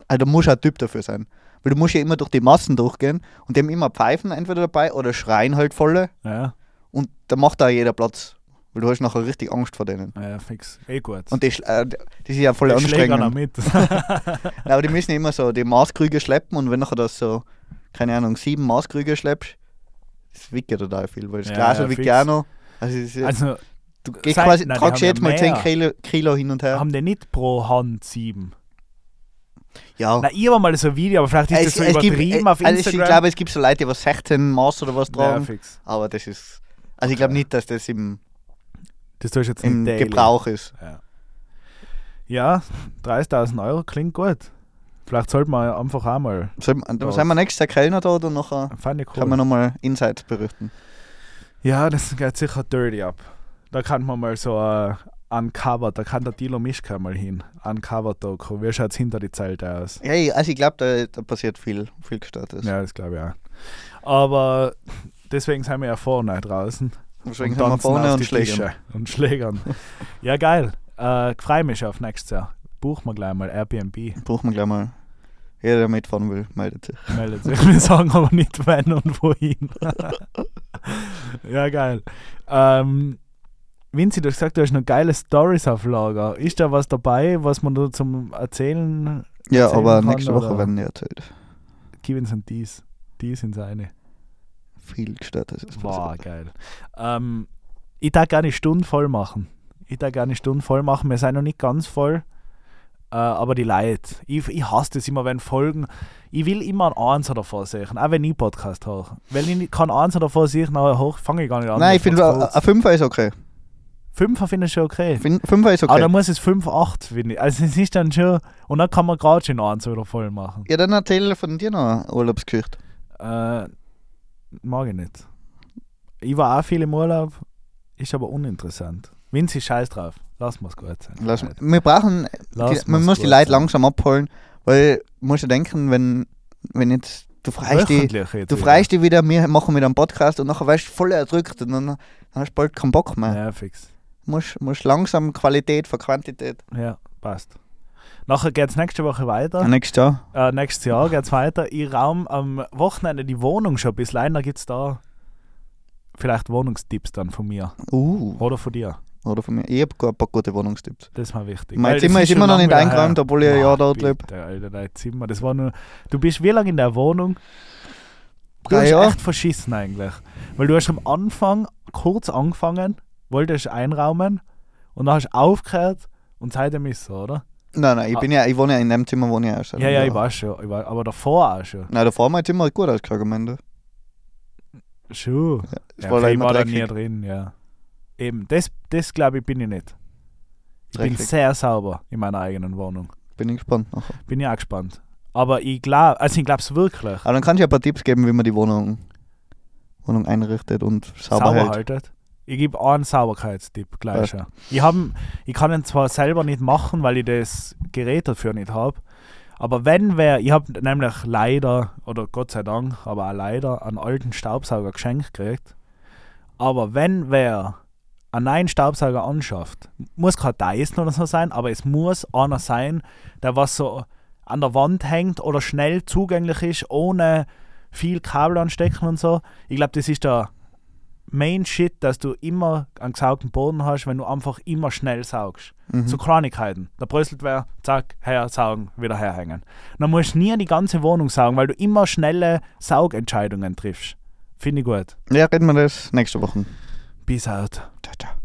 also da muss ein Typ dafür sein. Weil du musst ja immer durch die Massen durchgehen und die haben immer Pfeifen entweder dabei oder schreien halt volle
Ja,
und da macht da jeder Platz. Weil du hast nachher richtig Angst vor denen.
ja fix. Eh gut.
Und die, schl- äh, die- das ist ja voll
Die schlägt
anstrengend.
einer mit.
Nein, aber die müssen ja immer so die Maßkrüge schleppen und wenn nachher das so, keine Ahnung, sieben Maßkrüge schleppst, das wickert total viel, weil das
Ja,
Glas
ja,
wiegt
fix.
ja auch noch. Also, es ist, ja-
also
du gehst
seit-
quasi,
nein, die
tragst
haben
jetzt
ja
mal 10
mehr.
Kilo, Kilo hin und her.
haben die nicht pro Hand sieben.
Ja. Äh,
Na, ich war mal so ein Video, aber vielleicht ist das so übertrieben
Oh. gibt,
auf
also
Instagram.
Ich glaube, es gibt so Leute, die was 16 Maß oder was
ja,
tragen,
fix.
aber das ist, also ich glaube nicht, dass das im,
Das tust du jetzt
im
nicht daily.
Gebrauch ist.
Ja, 30.000 Euro klingt gut. Vielleicht sollte man einfach auch mal.
Sollen
Ja.
wir nächstes Jahr Kellner da oder nachher
Fand ich Ah, cool.
kann man nochmal Insights berichten?
Ja, das geht sicher dirty ab. Da kann man mal so äh, uncovered, da kann der Dilo Mischka mal hin. Uncovered Doku. Wie schaut es hinter die Zelte aus?
Ja, ich- also ich glaube, da, da passiert viel, viel Gestörtes.
Ja, das glaube ich auch. Aber deswegen sind wir ja vorne draußen.
Deswegen
und
sind wir
tanzen
vorne
auf
und
die
schlägern.
Tische Und Schlägern. ja, geil. Äh, freue mich auf nächstes Jahr. Buch mal gleich mal Airbnb.
Brauchen wir gleich mal. Jeder, der mitfahren will, meldet sich.
Meldet sich. Wir sagen aber nicht wann und wohin. ja, geil. Ähm, Vinzi, du hast gesagt, du hast noch geile Stories auf Lager. Ist da was dabei, was man da zum Erzählen
Ja,
Erzählen
aber
kann,
nächste Woche
oder?
werden die erzählt.
Givens und dies. Die sind seine.
Viel Gestörtes ist
War
passiert.
geil. Ähm, ich darf gerne eine Stunde voll machen. Ich darf gerne eine Stunde voll machen. Wir sind noch nicht ganz voll. Äh, aber die Leute. Ich, ich hasse das immer, wenn Folgen. Ich will immer einen Einser davor sehen, auch wenn ich Podcast habe. Weil ich nicht- keinen Einser davor sehe, nachher hoch, fange ich gar nicht an.
Nein, ich finde,
find's
ein
kurz.
ein Fünfer ist okay.
Fünfer finde ich schon okay.
Fin- äh, Fünfer ist
Aber
okay.
Ah, dann muss es 5, 8 finde ich. Also es ist dann schon. Und dann kann man gerade schon einen Einser wieder voll machen.
Ja, dann erzähl von dir noch eine Urlaubsgeschichte.
Äh, mag ich nicht. Ich war auch viel im Urlaub, ist aber uninteressant. Winzi, scheiß drauf. Lass mal's gut sein.
Lass,
Leute.
wir brauchen, die,
Lass
man
mal's
muss die
gut
Leute
sein.
langsam abholen, weil du musst ja denken, wenn, wenn jetzt du freist die,
Wöchentlich jetzt
du
wieder.
freist die wieder, wir machen wieder einen Podcast und nachher weißt du voll erdrückt und dann, dann hast du bald keinen Bock mehr.
Ja, fix.
Musst, musst langsam Qualität vor Quantität.
Ja, passt. Nachher geht's nächste Woche weiter.
Nächstes Jahr.
Äh, nächstes Jahr geht's weiter. Ich raum am Wochenende die Wohnung schon ein bisschen ein. Da gibt's da vielleicht Wohnungstipps dann von mir.
Uh,
Oder von dir.
oder von mir. Ich habe ein paar gute Wohnungstipps.
Das ist mal wichtig.
Mein
Weil
Zimmer
das
ist immer noch
schon lang
nicht
wieder her.
eingeräumt, obwohl ich ein
Boah,
Jahr dort
bitte,
lebe.
Alter, dein Zimmer. Das war nur. Du bist wie lange in der Wohnung? Du
Drei
hast
Jahre.
echt verschissen eigentlich. Weil du hast am Anfang kurz angefangen, wolltest einraumen und dann hast du aufgehört und seitdem ist es so, oder?
Nein, nein, ich,
Ah.
bin ja, ich wohne ja in dem Zimmer, wohne ich auch schon.
Ja, ja, ich weiß schon. Ich war, aber davor auch schon.
Nein, davor mein Zimmer hat gut ausgeschaut am Ende.
Schon.
Es
Ja,
war
okay,
da
ich
immer
war da
dreckig.
nie drin, ja. Eben, das, das glaube ich, bin ich nicht. Ich bin
Dreckig.
sehr sauber in meiner eigenen Wohnung.
Bin ich gespannt nachher.
Bin ich auch gespannt. Aber ich glaube, also ich glaube es wirklich.
Aber dann kannst du ja ein paar Tipps geben, wie man die Wohnung, Wohnung einrichtet und sauber, halt. hält.
haltet. Ich gebe einen Sauberkeitstipp gleich
Passt.
schon. Ich, hab, ihn- ich kann ihn zwar selber nicht machen, weil ich das Gerät dafür nicht habe, aber wenn wer, ich habe nämlich leider, oder Gott sei Dank, aber auch leider, einen alten Staubsauger geschenkt gekriegt. Aber wenn wer einen neuen Staubsauger anschafft, muss kein Dyson oder so sein, aber es muss einer sein, der was so an der Wand hängt oder schnell zugänglich ist, ohne viel Kabel anstecken und so. Ich glaube, das ist der Main Shit, dass du immer einen gesaugten Boden hast, wenn du einfach immer schnell saugst.
Mhm.
So Kleinigkeiten. Da bröselt wer, zack, her, saugen, wieder herhängen. Dann musst du nie die ganze Wohnung saugen, weil du immer schnelle Saugentscheidungen triffst. Finde ich gut.
dus. Ja, reden wir das nächste Woche.
Peace out.
Ciao, ciao.